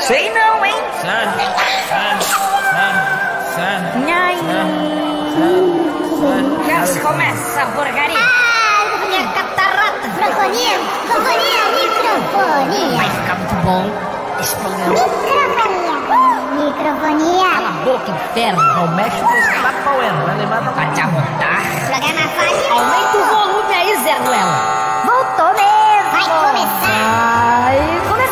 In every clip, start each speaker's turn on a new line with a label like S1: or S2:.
S1: Sei não, hein? Ai, já se começa a porcaria.
S2: Ah, minha catarrota! Franconia! Franconia! Microfonia!
S1: Vai ficar muito bom esse programa.
S2: Microfonia! Microfonia!
S1: Boca, inferno. Não mexe com esse papoeiro, vai levar na Vai te arrotar.
S2: Programa fácil!
S1: Aumenta o volume aí, Zé Ruela.
S2: Voltou mesmo! Vai começar!
S1: Vai começar.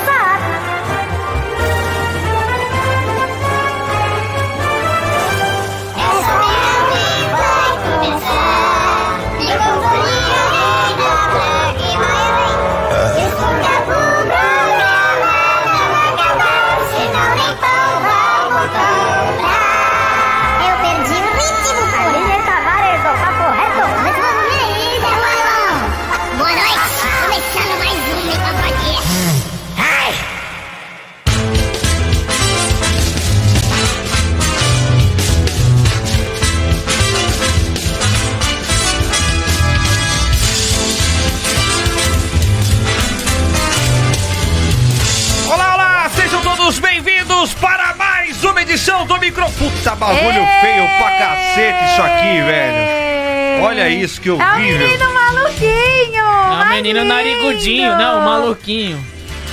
S2: Essa viagem vai começar! Microfonia! Liga pra quem vai ouvir! Escuta o programa! Não acabar! Se não tem pão, vão comprar! Eu perdi o ritmo, porém!
S3: Tavares, o papo reto.
S2: Mas vamos ver aí, Zé Ruelão. Boa noite, começando mais um Microfonia. Ai!
S4: Olá, olá! Sejam todos bem-vindos para mais uma edição do Micro... Puta, bagulho
S3: É.
S4: feio pra cacete isso aqui, velho. Olha isso, que
S3: É o
S4: horrível.
S3: menino maluquinho.
S5: É o
S3: mais
S5: menino
S3: lindo.
S5: narigudinho, não, o maluquinho.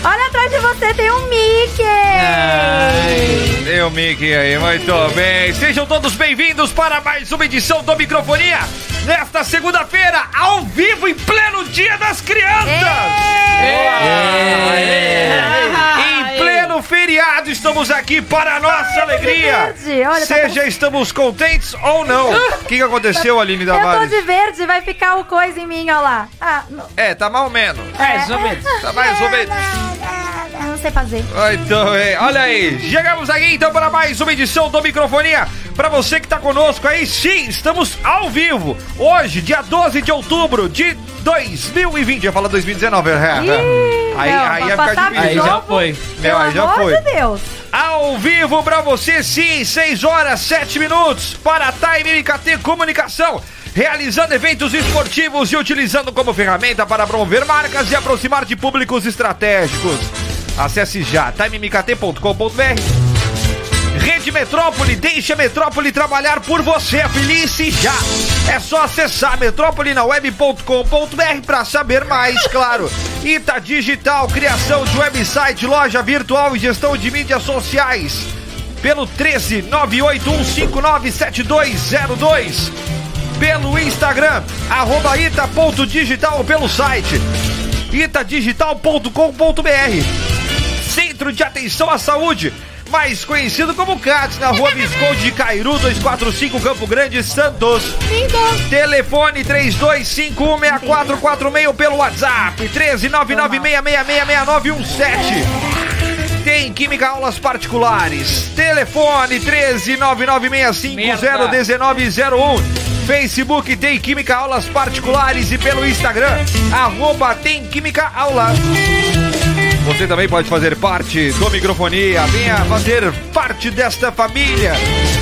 S3: Olha atrás de você, tem um Mickey.
S5: É. Ai.
S4: Meu Mickey aí, muito bem. Sejam todos bem-vindos para mais uma edição do Microfonia. Nesta segunda-feira, ao vivo, em pleno Dia das Crianças. Olá! Em pleno feriado, estamos aqui para a nossa alegria.
S3: de verde, olha, tá
S4: Seja estamos contentes ou não. O que, que aconteceu, Aline
S3: Eu tô
S4: Davares?
S3: de verde, vai ficar o coisa em mim, ó lá. Ah, não,
S4: É, tá mal menos.
S5: É, mais ou menos.
S4: Tá mais ou menos.
S3: eu não sei fazer.
S4: Ah, Então, é, olha aí, chegamos aqui então para mais uma edição do Microfonia. Para você que tá conosco aí, sim, estamos ao vivo. Hoje, dia 12 de outubro de 2020. Eu ia falar 2019, é.
S3: Ih,
S4: Aí,
S3: não,
S4: aí ia ficar
S3: passar
S5: Aí
S4: difícil.
S3: de
S5: já
S3: novo?
S5: foi.
S4: Meu, aí já
S3: amor
S4: foi.
S3: de Deus.
S4: Ao vivo pra você, sim, 6 horas 7 minutos para a Time MKT Comunicação. Realizando eventos esportivos e utilizando como ferramenta para promover marcas e aproximar de públicos estratégicos. Acesse já timemkt.com.br. Rede Metrópole, deixa a Metrópole trabalhar por você, afilice já. É só acessar metropolinaweb.com.br para saber mais, claro. Ita Digital, criação de website, loja virtual e gestão de mídias sociais. Pelo 13 981597202. Pelo Instagram, arroba ita.digital ou pelo site itadigital.com.br Centro de Atenção à Saúde, mais conhecido como CATS, na rua Visconde de Cairu, 245 Campo Grande, Santos. Telefone 32516446 pelo WhatsApp, 13996666917. Tem Química Aulas Particulares. Telefone 13996501901. Facebook tem Química Aulas Particulares e pelo Instagram, arroba tem Química Aulas. Você também pode fazer parte do Microfonia. Venha fazer parte desta família.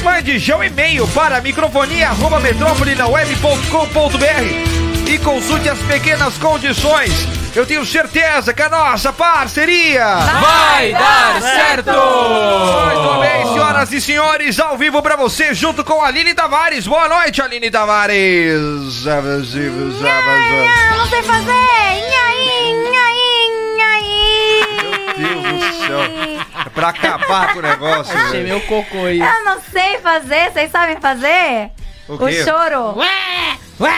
S4: Mande já um e-mail para microfonia.metrópolinaweb.com.br e consulte as pequenas condições. Eu tenho certeza que a nossa parceria.
S5: Vai dar
S4: Muito
S5: certo!
S4: bem, senhoras e senhores, ao vivo pra você, junto com a Aline Tavares. Boa noite, Aline Tavares.
S3: Ah, não sei fazer. Nhaí, nhaí, nhaí.
S4: Meu Deus do céu. É pra acabar com o negócio. né?
S5: Achei
S4: velho.
S5: meu cocô aí.
S3: Eu não sei fazer, vocês sabem fazer?
S4: O é-
S3: O
S4: quê?
S3: choro.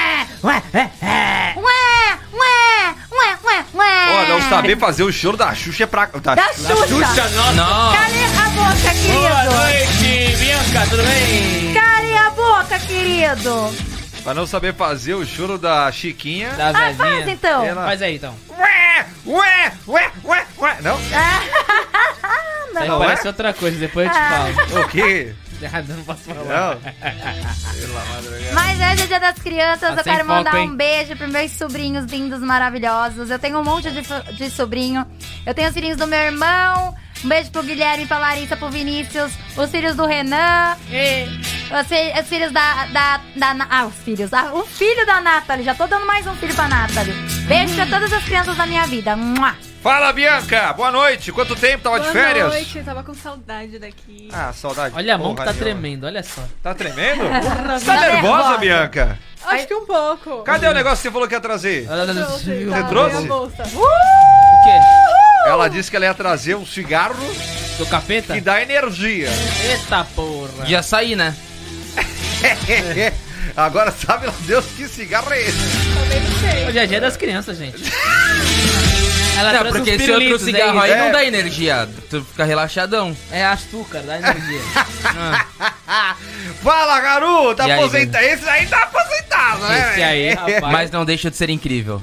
S5: é,
S3: Ué, ué, ué, ué, ué.
S4: Ó, não saber fazer o choro da Xuxa é pra. Da,
S3: Da Xuxa.
S5: Nossa.
S3: Cale a boca,
S5: Boa
S3: querido.
S5: noite, Bianca, tudo bem?
S3: Cale a boca, querido.
S4: Pra não saber fazer o choro da Chiquinha.
S5: Da
S3: Ah, faz
S5: Zezinha.
S3: então.
S4: Ela-
S5: Faz aí então.
S4: Ué, ué, ué, ué, ué. Não?
S5: Aí
S4: Não
S5: parece
S4: é?
S5: outra coisa, depois eu te falo.
S4: O quê?
S5: Errado, eu não posso falar.
S4: Não. Pela madrugada.
S3: Mas hoje é dia das crianças,
S5: Tá
S3: eu quero
S5: sem
S3: mandar
S5: foco,
S3: um
S5: hein?
S3: beijo pros meus sobrinhos lindos, maravilhosos. Eu tenho um monte de, fo- de sobrinho. Eu tenho os filhinhos do meu irmão. Um beijo pro Guilherme, pra Larissa, pro Vinícius, os filhos do Renan. Os, fi- os filhos da, da, da Na- Ah, os filhos. Ah, o filho da Nathalie. Já tô dando mais um filho pra Nathalie. Beijo pra todas as crianças da minha vida. Mua.
S4: Fala, Bianca! Boa noite! Quanto tempo? Tava de
S6: Boa
S4: férias?
S6: noite, eu tava com saudade daqui.
S4: Ah, saudade.
S5: Olha a mão que
S4: Porra,
S5: tá
S4: Bianca.
S5: tremendo, olha só.
S4: Tá tremendo? Você tá
S3: Tá
S4: nervosa,
S3: nervosa.
S4: Bianca?
S6: Acho que um pouco.
S4: Cadê o negócio que você falou que ia trazer?
S6: Trouxe,
S5: O
S6: tá,
S4: trouxe?
S6: minha bolsa.
S5: quê?
S4: Ela disse que ela ia trazer um cigarro
S5: Do capeta?
S4: que dá energia.
S5: Eita porra.
S7: De açaí, né?
S4: Agora sabe lá Deus que cigarro é esse.
S6: Também não sei.
S5: Hoje é dia das crianças, gente. Ela
S7: Não,
S5: trouxe
S7: porque
S5: uns
S7: esse outro
S5: pirulitos, é
S7: cigarro aí
S5: isso?
S4: É.
S7: não dá energia. Tu fica relaxadão.
S5: É açúcar, dá energia.
S4: Ah, Fala, garoto!
S7: E aí,
S4: Aposenta... Esse aí tá aposentado, né?
S5: Esse
S4: velho?
S5: aí, rapaz.
S7: Mas não deixa de ser incrível.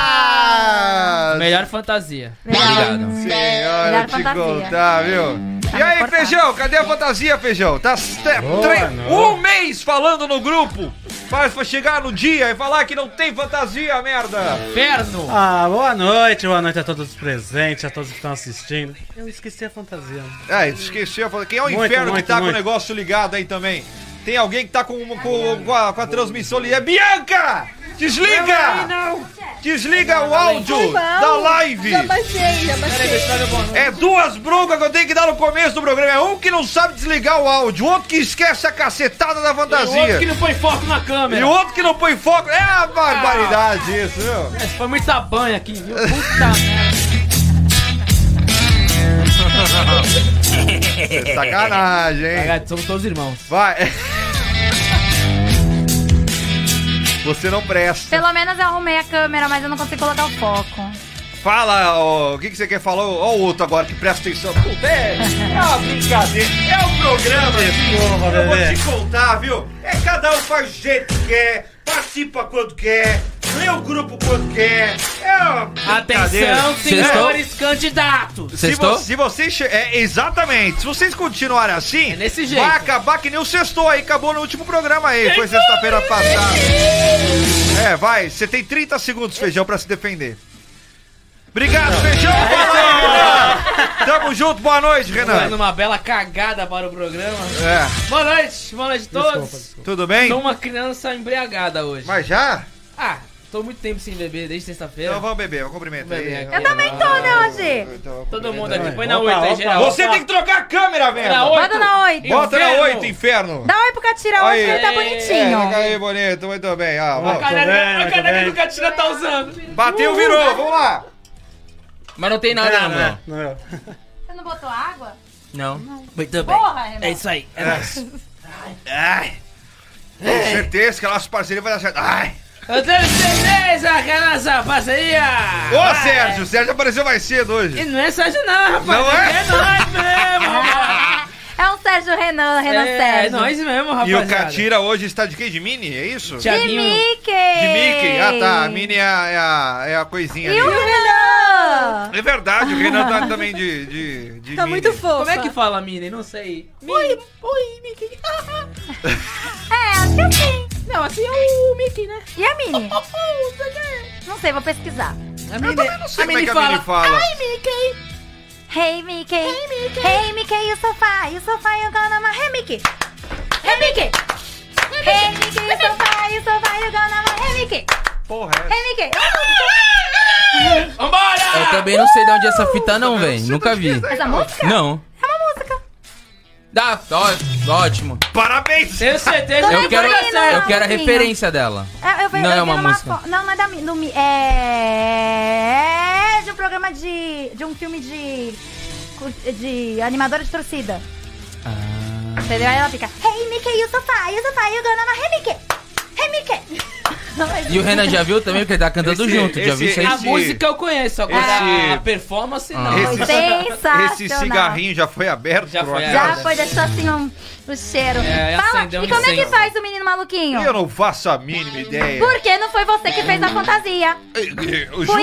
S4: Ah!
S5: Melhor fantasia.
S7: Obrigado.
S4: Senhora,
S3: Melhor
S4: te
S3: fantasia. Tá
S4: contar, viu? E
S3: me
S4: aí,
S3: cortar.
S4: Feijão, cadê a fantasia, Feijão? Tá s- tre- tre- um mês falando no grupo, mas pra chegar no dia e falar que não tem fantasia, merda.
S5: Inferno!
S8: Ah, boa noite, boa noite a todos os presentes, a todos que estão assistindo. Eu esqueci a fantasia.
S4: É, esqueceu. eu falei, Quem é o
S8: Muito,
S4: inferno que
S8: muito,
S4: tá com
S8: muito.
S4: o negócio ligado aí também? Tem alguém que tá com, uma- com- com a, com a transmissão ali. É Bianca! Desliga! Desliga o áudio da live!
S6: Já baixei, já baixei.
S4: É duas broncas que eu tenho que dar no começo do programa. É um que não sabe desligar o áudio, outro que esquece a cacetada da
S5: O outro que
S4: fantasia.
S5: não põe foco na
S4: E
S5: câmera.
S4: outro que não põe foco. É a barbaridade isso, viu?
S5: Esse Foi muita banha aqui, viu? Puta merda.
S4: É sacanagem, hein?
S5: Cagado, Somos todos irmãos.
S4: Vai. Você não presta.
S3: Pelo menos eu arrumei a câmera, mas eu não consigo colocar o foco.
S4: Fala, ó, o que, que você quer falar? Ó, o outro agora que presta atenção. Puta, é, é uma brincadeira. É um programa, assim, Eu vou te contar, viu? É cada um faz do jeito que quer, participa quando quer, lê o grupo quando quer. É uma brincadeira.
S5: Atenção,
S7: Vocês
S5: senhores candidatos.
S4: Se,
S7: Sextou?
S4: vo se vocês. che- É, exatamente. Se vocês continuarem assim,
S5: É nesse jeito.
S4: vai acabar que nem o sextou aí. Acabou no último programa aí. Foi sexta-feira passada. É, vai. Você tem 30 segundos, Feijão, pra se defender. Obrigado, Feijão. Valeu, Renan. Tamo junto. Boa noite,
S5: Fazendo
S4: Renan.
S5: uma bela cagada para o programa.
S4: É,
S5: Boa noite, boa noite a todos.
S4: tudo bem?
S5: Sou uma criança embriagada hoje.
S4: Mas já?
S5: Ah, tô muito tempo sem beber, desde sexta-feira.
S4: Então vamos beber. Eu cumprimento
S5: É. Vamos
S4: aí.
S5: beber.
S3: Eu também tô, né, hoje?
S4: Então,
S5: Todo mundo
S4: cumprimento
S5: aqui,
S4: aí.
S5: põe na
S8: Opa,
S5: 8 aí,
S8: opa.
S5: geral.
S4: Você tem que trocar a câmera, velho.
S5: Na
S3: Bota na oito.
S4: Bota na
S5: Inferno.
S4: 8, inferno.
S3: Dá oi pro Catira hoje, que ele tá
S5: Aí.
S4: É,
S3: bonitinho.
S4: aí, bonito. Muito bem. Ah,
S5: A
S4: vamos.
S5: caneca, a
S8: Muito
S5: caneca
S8: bem.
S5: que o Catina tá usando.
S4: Bateu, virou. Vamos lá.
S7: Mas não tem nada na mão.
S8: Não,
S3: Você não botou água?
S7: Não. Muito bem.
S3: Porra, Renan.
S7: É isso aí. É nóis.
S4: Ai. Com certeza que a nossa parceria vai dar certo. Ai.
S5: Eu tenho certeza que a nossa parceria.
S4: Ô, Sérgio, o Sérgio apareceu mais cedo
S5: E
S4: hoje.
S5: não é Sérgio não, rapaz.
S4: Não é?
S5: É nós mesmo, rapaz.
S3: É o Sérgio Renan, Renan
S5: é,
S3: Sérgio.
S5: é nós mesmo, rapaz.
S4: E o Catira hoje está de quê? De Mini? É isso? De
S3: De
S5: Tiaguinho.
S3: Mickey!
S4: Mickey. Ah, tá. A Mini é a, é a, é a coisinha
S3: E o
S4: ali.
S3: Renan?
S4: É verdade, o Renan tá também de, de, de
S6: Tá
S4: Mini.
S6: muito fofo.
S5: Como é que fala, Mini? Não sei.
S6: Oi, oi, Mickey.
S3: É, acho que assim.
S6: Não, assim é o Mickey, né?
S3: E a Mini? Não sei, vou pesquisar.
S5: A
S4: Eu também não sei
S5: a
S4: como é
S5: Mini
S4: que a Mini
S5: fala.
S4: fala.
S6: Mickey.
S3: Hey, Mickey! Hey, Mickey! Hey, Mickey, you so far! You so far, you gonna my... Hey, Mickey! Hey, Mickey! Hey, Mickey, you so far! You so far, you gonna my... Hey, Mickey!
S4: Porra, é.
S3: Hey, Mickey!
S5: Vambora!
S7: Eu também não sei de onde é essa fita não vem. Nunca vi.
S3: Essa música?
S7: Não.
S3: É uma música.
S7: Dá, ó, ótimo.
S4: é. Parabéns!
S5: Tenho certeza
S3: Não
S7: Eu
S3: é
S7: quero,
S3: por aí, não é
S7: eu quero a
S3: Rafinha.
S7: referência dela.
S3: É, eu, vi-
S7: Não
S3: eu
S7: é
S3: vi
S7: uma
S3: numa
S7: música.
S3: fo- Não, não é da... Mi- Do, Mi- é... De um programa de... De um filme de... De animadora de torcida.
S7: Ah.
S3: Entendeu? Aí ela fica... Hey, Mickey, you so far! You so far, you gonna my... Hey, Mickey! Hey, Mickey!
S7: E o Renan já viu também, porque ele tá cantando
S4: Esse-
S7: junto. Já viu
S4: esse-
S7: isso
S5: A
S7: aí?
S4: esse-
S5: música eu conheço, agora
S4: esse-
S5: a performance não.
S7: Ah.
S4: Esse-
S3: Sensacional!
S4: Esse cigarrinho já foi aberto
S5: Já
S4: por
S5: foi
S4: acaso?
S3: Já
S5: aberto.
S3: foi, deixou assim um, o cheiro.
S5: É,
S3: Fala,
S5: acendeu
S3: e
S5: um
S3: como é que
S5: incenso.
S3: faz o menino maluquinho?
S4: Eu não faço a mínima ideia.
S3: Porque não foi você que fez a fantasia.
S4: Eu
S3: Fui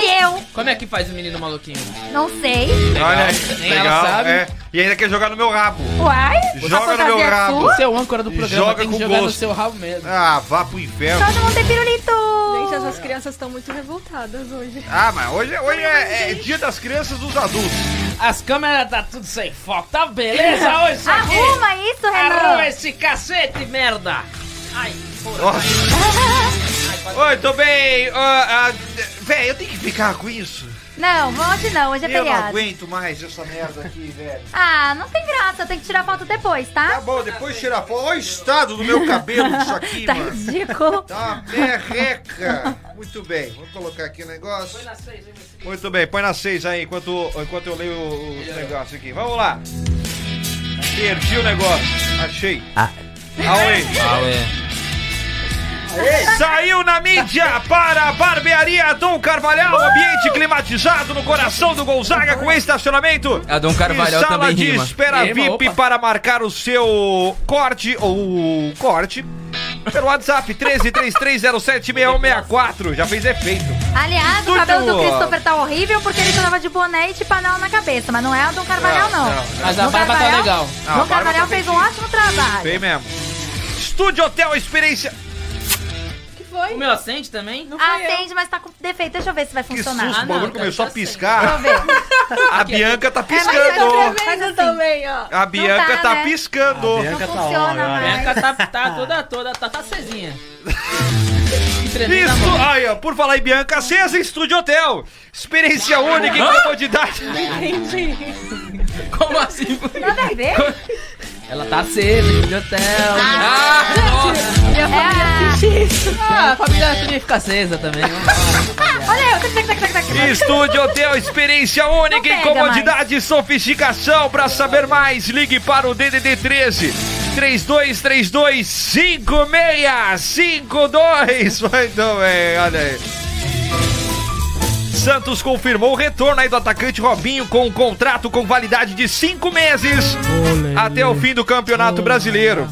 S4: juro-
S3: eu.
S5: Como é que faz o menino maluquinho?
S4: é
S3: Não sei.
S4: Olha aí,
S5: Nem ela
S4: legal,
S5: sabe.
S4: é. E ainda quer jogar no meu rabo.
S3: Uai?
S4: Joga no
S3: a fantasia
S4: meu
S3: é
S4: rabo.
S3: sua?
S5: Você é o âncora do programa,
S4: Joga
S5: tem que
S4: com
S5: jogar no
S4: gosto.
S5: seu rabo mesmo.
S4: Ah, vá pro inferno.
S3: Todo mundo tem pirulito.
S6: Gente, essas crianças estão muito revoltadas hoje.
S4: Ah, mas hoje, é- hoje é, é dia das crianças e dos adultos.
S5: As câmeras tá tudo sem foco. Tá beleza hoje isso aqui?
S3: Arruma isso,
S5: Arruma
S3: Renan!
S5: esse cacete, merda! Ai, porra.
S4: Nossa. Oi, tô bem. ah, ah, véi, eu tenho que ficar com isso.
S3: Não, hoje não, hoje é
S4: eu não
S3: feriado.
S4: aguento mais essa merda aqui, velho.
S3: Ah, não tem graça, eu tenho que tirar foto depois,
S4: Tá
S3: tá?
S4: bom, depois tira a foto. Olha o estado do meu cabelo isso aqui,
S3: Tá
S4: mano.
S3: ridículo.
S4: Tá uma merreca. Muito bem, vamos colocar aqui o negócio. Muito bem, põe na 6 aí, enquanto, enquanto eu leio o- os negócios aqui. Vamos lá. Perdi o negócio. Achei.
S1: Ah.
S4: Aoi.
S7: Ah, ué.
S4: Saiu na mídia para a barbearia Dom Carvalhal, ambiente climatizado no coração do Gonzaga com estacionamento.
S7: A Dom Carvalhal
S4: e sala
S7: também
S4: de
S7: rima.
S4: espera
S5: Rima,
S4: VIP
S5: opa.
S4: para marcar o seu corte ou corte pelo WhatsApp 1333076164. Já fez efeito.
S3: Aliás, o
S4: Muito
S3: cabelo do
S4: boa.
S3: Christopher tá horrível porque ele tava de boné e de panela na cabeça, mas não é o Dom Carvalhal, não.
S5: Mas a
S3: Dom
S5: barba tá
S3: Carvalhal-
S5: legal.
S4: Ah, a barba
S3: Dom Carvalhal
S4: também
S3: fez um ótimo trabalho.
S4: Bem mesmo. Estúdio Hotel Experiência.
S6: O que foi?
S5: O meu acende também? Ah, Não
S6: fui eu.
S3: Atende, mas tá com defeito. Deixa eu ver se vai
S4: um Que
S3: funcionar.
S4: susto, o
S5: não,
S4: bagulho
S5: tá-
S4: começou a
S5: tá certo.
S4: piscar.
S3: Deixa eu ver.
S4: A Bianca tá
S3: mas tá
S4: piscando.
S3: escrevendo. Faz assim.
S6: também, ó.
S4: A Bianca
S3: tá,
S4: tá
S3: né?
S4: piscando.
S8: A Bianca
S3: Não
S8: tá
S3: funciona
S8: hora,
S5: A
S3: mais.
S8: né?
S5: Bianca tá, tá toda, toda, tá, tá acesinha. Que tremenda
S4: Isso,
S5: mão.
S4: aí, ó, por falar em Bianca Acesa, Estúdio Hotel. Experiência única em comodidade.
S7: Como assim?
S3: Nada a ver?
S5: Ela tá acesa, de hotel.
S7: Ah, nossa.
S6: Minha família assiste isso.
S5: Ah, a família Tri fica acesa também. vamos lá.
S3: Olha eu. Tac, tac, tac, tac, tac.
S4: Estúdio Hotel, experiência
S3: Não
S4: única em
S3: pega
S4: comodidade e sofisticação. Pra saber mais, ligue para o DDD 13 3232 5652. Então, é, olha aí. Santos confirmou o retorno aí do atacante Robinho com um contrato com validade de cinco meses até o fim do Campeonato Brasileiro.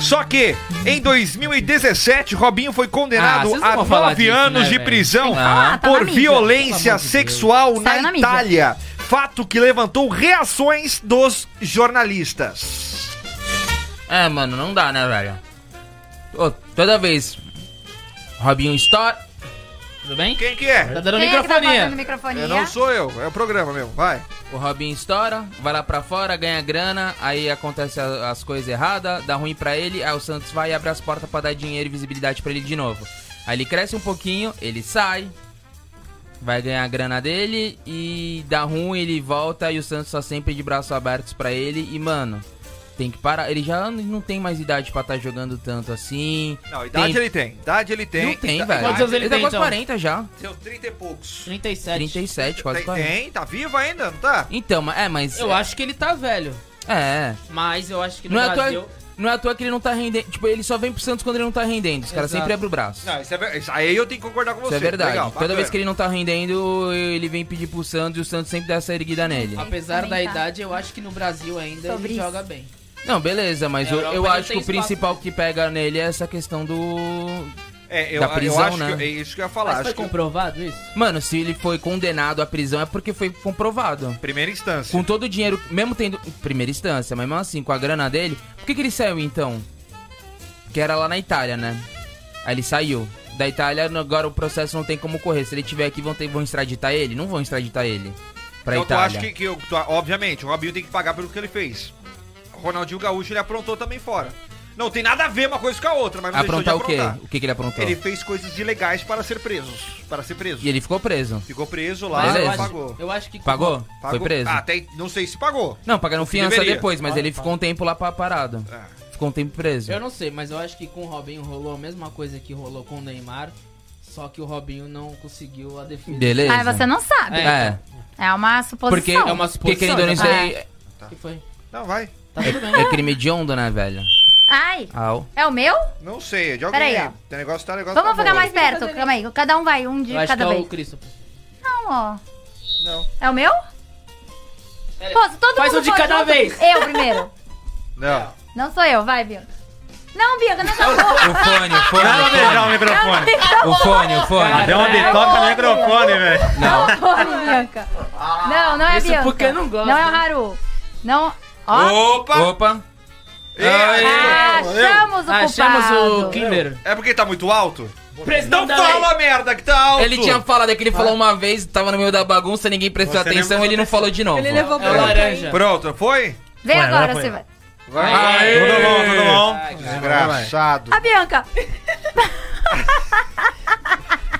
S4: Só que, em 2017, Robinho foi
S5: Ah,
S4: condenado
S5: vocês não
S4: a
S5: vão falar
S4: 9
S5: disso,
S4: anos
S5: né,
S4: de
S5: velho?
S4: prisão
S7: falar,
S3: tá na
S4: por
S3: mídia.
S4: violência sexual
S3: Saiu na
S4: na
S3: mídia.
S4: Itália. Fato que levantou reações dos jornalistas.
S7: É, mano, não dá, né, velho? Ô, toda vez. Robinho Store.
S5: Tudo bem?
S4: Quem que é?
S5: Tá dando
S3: Quem é que tá
S5: microfonia.
S3: fazendo microfonia?
S4: Eu não sou eu, é o programa mesmo, vai.
S7: O Robinho estoura, vai lá pra fora, ganha grana, aí acontece a- as coisas erradas, dá ruim pra ele, aí o Santos vai e abre as portas pra dar dinheiro e visibilidade pra ele de novo. Aí ele cresce um pouquinho, ele sai, vai ganhar a grana dele e dá ruim, ele volta e o Santos tá sempre de braços abertos pra ele e, mano, tem que parar. Ele já n- não tem mais idade pra estar jogando tanto assim.
S4: Não, idade ele tem, idade ele tem.
S7: Não tem,
S4: Ida-
S7: velho.
S5: Quantos anos ele
S7: tá
S5: tem,
S7: quase
S5: então?
S7: 40 já.
S4: Seus 30 e poucos.
S5: 37.
S7: 37, quase
S4: Tem,
S7: 40.
S4: tem, tá vivo ainda, não tá?
S7: Então, mas- é, mas.
S5: Eu acho que ele tá velho.
S7: É.
S5: Mas eu acho que no
S7: Não é, à
S5: Brasil...
S7: toa, não é à toa que ele não tá rendendo. Tipo, ele só vem pro Santos quando ele não tá rendendo. Os caras
S5: Exato.
S7: sempre abrem o braço.
S4: Não, isso, é, ver- isso aí eu tenho que concordar com
S7: Isso
S4: você.
S7: é verdade.
S4: Legal,
S7: Toda vez
S4: bacana.
S7: que ele não tá rendendo, ele vem pedir pro Santos e o Santos sempre dá essa erguida nele.
S5: Apesar da
S3: Também tá.
S5: idade, eu acho que no Brasil ainda
S3: Sobre
S5: ele
S3: isso.
S5: joga bem.
S7: Não, beleza, mas
S5: É,
S7: eu,
S5: Europa
S7: eu
S5: não
S7: acho
S5: tem
S7: que o
S5: espaço,
S7: principal
S5: né?
S7: que pega nele é essa questão do.
S4: É, eu,
S7: da
S4: eu
S7: prisão,
S4: acho
S7: né?
S4: que é isso que eu ia
S5: Mas
S4: falar.
S5: foi
S4: Acho que
S5: comprovado isso?
S7: Mano, se ele foi condenado à prisão é porque foi comprovado.
S4: primeira instância.
S7: Com todo o dinheiro, mesmo tendo. em Primeira instância, mas mesmo assim, com a grana dele, por que, que ele saiu então? Que era lá na Itália, né? Aí ele saiu. Da Itália, agora o processo não tem como correr. Se ele tiver aqui, vão, ter, vão extraditar ele? Não vão extraditar ele. Pra
S4: então, tu
S7: Itália.
S4: acha que, que eu- tu- obviamente, o Robinho tem que pagar pelo que ele fez. O Ronaldinho Gaúcho, ele aprontou também fora. Não tem nada a ver uma coisa com a outra, mas não
S7: Aprontar o
S4: deixou de
S7: quê? Então.
S4: aprontar.
S7: O que, que ele aprontou?
S4: Ele fez coisas ilegais para ser presos. Para ser preso.
S7: E ele ficou preso.
S4: Ficou preso lá,
S7: Mas
S4: não
S7: Beleza.
S5: eu acho,
S4: pagou.
S5: Eu acho que...
S7: Pagou? Foi
S4: Pagou-
S7: preso.
S4: Ah, até, não sei se pagou.
S7: Não, pagaram fiança
S4: deveria. tá.
S7: depois, mas ele ficou um tempo lá pa- parado.
S4: Ah,
S7: Ficou um tempo preso.
S5: Eu não sei, mas eu acho que com o Robinho rolou a mesma coisa que rolou com o Neymar. Só que o Robinho não conseguiu a defesa.
S7: Beleza.
S3: Ah, você não sabe.
S7: É.
S5: É,
S3: É uma suposição.
S7: Porque, é uma porque querendo ou não, isso aí é,
S5: O que foi?
S4: Não, vai.
S5: Tá tudo bem.
S7: é crime hediondo, né, velho?
S3: Ai,
S7: Au.
S3: é o meu?
S4: Não sei, é de alguém.
S3: Peraí, ó.
S4: Tem negócio, tá negócio.
S3: Vamos
S4: tá
S3: ficar
S4: bom.
S3: mais perto. Calma aí. Cada um vai, um de
S5: Eu acho que
S3: cada
S5: é
S3: vez.
S5: o Christopher.
S3: Não, ó.
S4: Não.
S3: É o meu?
S5: Pera aí.
S3: Pô, se todo
S5: Faz
S3: mundo
S5: um de
S3: for
S5: cada
S3: junto-
S5: vez.
S3: Eu primeiro.
S4: Não.
S3: Não sou eu, vai, Bianca. Não, Bianca, não tá bom.
S7: O fone, o fone.
S8: Ela beijar o microfone.
S7: O fone, o fone.
S8: Deu uma bitoca no microfone, velho.
S7: Não.
S3: Olha, Bianca. Não, não é
S5: Isso
S3: Bianca.
S5: porque não gosta,
S3: Não é o
S5: né?
S3: Haru. Não. Ó,
S4: Opa!
S7: Opa.
S4: Ei,
S3: achamos o culpado.
S5: Achamos Ah, o Kimber.
S4: É porque tá muito alto? Não
S7: Presidente,
S4: fala merda que tá alto.
S7: Ele tinha falado é que ele falou uma vez, tava no meio da bagunça, ninguém prestou
S8: Você
S7: atenção,
S8: lembra
S7: ele não
S8: dessa-
S7: falou de novo.
S6: Ele levou
S5: É
S6: pra
S5: laranja.
S4: Pronto, foi?
S3: Vem
S8: Vai,
S3: agora,
S8: vai, vai.
S3: Silva.
S4: Vai.
S7: Aê.
S8: Tudo bom, tudo bom?
S4: Desgraçado.
S3: A Bianca.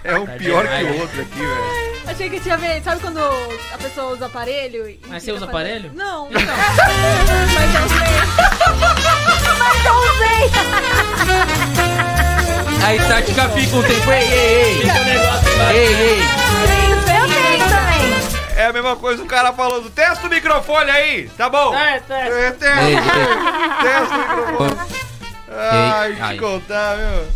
S4: É um pior que o outro aqui, velho.
S6: Achei que tinha ver. Sabe quando a pessoa usa aparelho? e
S5: Mas
S6: fica
S5: você usa
S6: fazendo-
S5: aparelho?
S6: Não, não. Mas eu sei.
S3: Mas eu usei.
S7: Aí tática fica um tempo, ei, ei,
S5: Tem um negócio
S7: ei,
S5: embaixo.
S7: ei, ei.
S3: Eu tenho também.
S4: É a mesma coisa o cara falando, testa o microfone aí, tá bom?
S5: É, tá.
S4: É, testa,
S7: Ei,
S4: testa o microfone. Ai,
S7: Ei, ai.
S4: te contar, meu.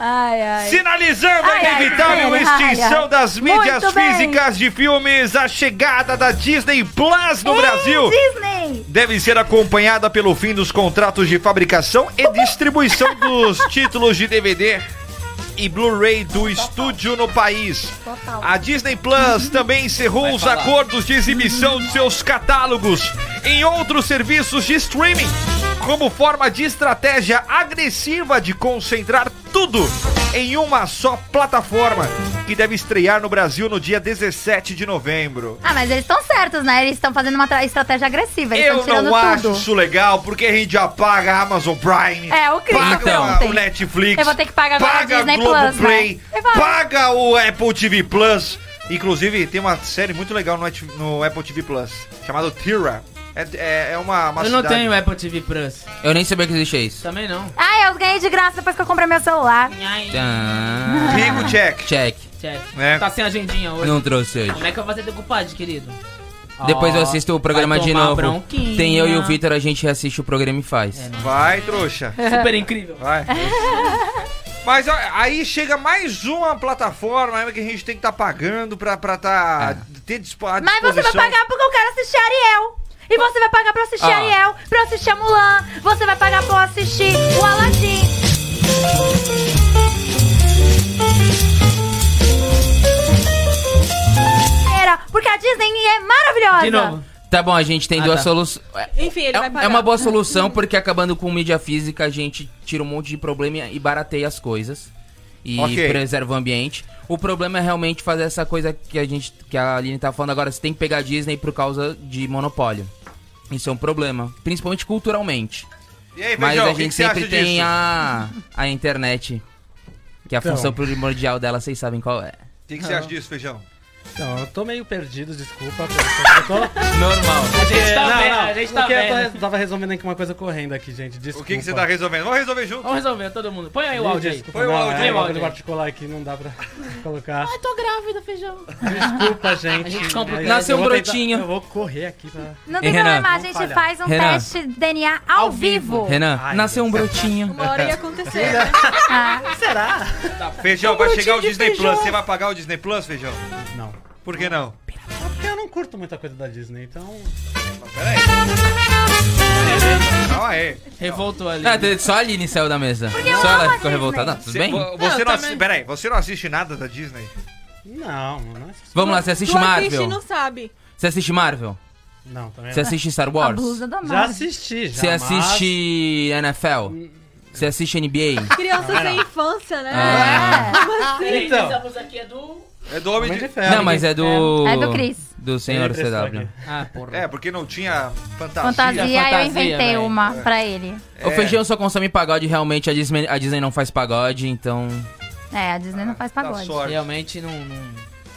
S3: Ai, ai.
S4: Sinalizando
S3: Ai,
S4: a
S3: ai,
S4: inevitável
S3: ai, ai.
S4: extinção das mídias
S3: Muito bem.
S4: físicas de filmes, a chegada da Disney Plus no
S3: Ei,
S4: Brasil
S3: Disney.
S4: deve ser acompanhada pelo fim dos contratos de fabricação e distribuição dos títulos de DVD e Blu-ray do estúdio no país. A Disney Plus também encerrou
S7: Vai
S4: os
S7: falar.
S4: acordos de exibição de seus catálogos em outros serviços de streaming, como forma de estratégia agressiva de concentrar tudo em uma só plataforma, que deve estrear no Brasil no dia 17 de novembro.
S3: Ah, mas eles estão certos, né? Eles estão fazendo uma tra- estratégia agressiva. Eles estão
S4: Eu
S3: tá tirando
S4: não acho
S3: tudo.
S4: isso legal, porque a gente já paga a Amazon Prime.
S3: É, o Cris
S4: Paga
S7: Então,
S3: falou
S4: o
S3: ontem.
S4: Netflix.
S3: Eu vou ter que pagar agora
S4: paga
S3: a Disney Plus,
S4: Play,
S3: né? Eu vou.
S4: Paga o Apple TV Plus. Inclusive, tem uma série muito legal no, Net- no Apple TV Plus, chamada Tira. É, é, é uma, uma
S5: Eu não
S4: cidade-
S5: tenho Apple TV Plus.
S7: Eu nem sabia que existia isso.
S5: Também não.
S3: Ai, Ah, eu ganhei de graça depois que eu comprei meu celular.
S7: Tã.
S4: Pigo check.
S7: Check.
S5: Check.
S4: É.
S5: Tá sem agendinha hoje.
S7: Não trouxe hoje.
S5: Como é que eu vou ser decupado, querido?
S7: Depois eu
S5: Ó,
S7: assisto o programa
S5: vai
S7: de
S5: tomar
S7: novo.
S5: bronquinha.
S7: Tem eu e o Vitor, a gente assiste o programa e faz.
S4: Vai, trouxa.
S5: Super incrível.
S4: Vai. Mas ó, aí chega mais uma plataforma né, que a gente tem que estar pagando pra, pra tá,
S7: É.
S4: ter dispo- à
S3: Mas você vai
S4: disposição.
S3: pagar porque eu quero assistir Ariel. E você vai pagar pra eu assistir
S7: Ah.
S3: Ariel, pra eu assistir a Mulan. Você vai pagar pra eu assistir o Aladdin. Era, Porque a Disney é maravilhosa.
S5: De novo.
S7: Tá bom, a gente tem
S5: Ah,
S7: duas
S5: tá.
S7: soluções.
S6: Enfim, ele
S7: É,
S6: vai pagar.
S7: é uma boa solução, porque acabando com mídia física, a gente tira um monte de problema e barateia as coisas. E
S4: Ok.
S7: preserva o ambiente. O problema é realmente fazer essa coisa que a gente. que a Aline tá falando agora, você tem que pegar a Disney por causa de monopólio. Isso é um problema. Principalmente culturalmente.
S4: E aí,
S7: Mas
S4: Feijão,
S7: a
S4: o que
S7: gente
S4: que você acha
S7: sempre tem
S4: disso?
S7: a, a internet. Que é a
S8: Então.
S7: função primordial dela, vocês sabem qual é.
S4: O que, que você acha disso, Feijão?
S8: Então, eu tô meio perdido, desculpa. pelo- Eu tô...
S7: Normal.
S5: A gente tá
S8: Não,
S5: vendo,
S8: não,
S5: a gente tá
S8: porque eu
S5: vendo.
S8: tô- tava resolvendo aqui uma coisa correndo aqui, gente. Desculpa.
S4: O que, que você tá resolvendo? Vamos resolver junto.
S5: Vamos resolver, todo mundo. Põe aí o
S8: Ih,
S5: áudio aí.
S8: Desculpa,
S4: Põe o
S8: não,
S4: áudio
S8: é
S4: aí,
S8: uma
S5: o áudio
S8: coisa
S5: aí.
S8: particular aqui, não dá pra colocar.
S6: Ai, tô grávida, feijão.
S8: Desculpa, gente.
S5: A gente compra o
S8: Mas
S5: crédito.
S7: Nasceu
S8: eu
S7: um
S8: vou tentar-
S7: brotinho.
S8: Eu vou correr aqui pra...
S3: Não tem
S7: Hein, Renan?
S3: problema, a gente
S8: Vamos
S3: faz um
S7: Renan?
S3: teste DNA ao,
S5: Ao
S3: vivo.
S5: vivo.
S7: Renan,
S8: Ai,
S7: nasceu um brotinho.
S6: Uma hora ia acontecer, né?
S3: Ah,
S4: Feijão, vai chegar o
S6: de
S4: Disney
S6: feijão.
S4: Plus. Você vai pagar o Disney Plus, Feijão?
S8: Não.
S4: Por que não?
S8: É porque eu não curto muita coisa da Disney, então...
S4: Calma aí.
S5: Revoltou ali.
S7: Ah, te- só a Aline saiu da mesa.
S3: eu amo
S7: Só
S3: a
S7: ela ficou
S3: Disney.
S7: revoltada. Não, Tudo
S4: Você,
S7: bem?
S4: vo-
S5: Não,
S4: você
S5: eu
S4: não
S5: também.
S4: assi- Peraí, você não assiste nada da Disney?
S8: Não, não é- assisti.
S7: Vamos lá, você assiste
S6: tu assiste e
S7: Marvel?
S6: não sabe.
S7: Você assiste Marvel?
S8: Não, também
S7: Você assiste Star
S3: É. a
S7: Wars?
S3: blusa da
S8: não. Já
S3: Marvel.
S8: assisti, já.
S7: Você
S8: mas-
S7: assiste NFL? Você assiste NBA?
S6: Criança
S8: Não, não.
S6: sem infância, né?
S7: Ah.
S8: Então.
S5: Essa música aqui é do...
S4: É do Homem
S8: Homem
S4: de...
S8: de Ferro.
S7: Não, mas é do.
S3: É do Chris.
S7: Do
S8: Tem
S7: Senhor
S8: impressão
S7: CW.
S8: aqui.
S5: Ah, porra.
S4: É, porque não tinha fantasia.
S3: Fantasia,
S5: Fantasia, né? É.
S3: eu inventei
S5: velho.
S3: uma pra ele.
S7: O Feijão só consome pagode, realmente. A Disney, a Disney não faz pagode, então.
S3: É, a Disney não faz
S4: Tá
S3: pagode.
S4: sorte.
S5: Realmente não, não-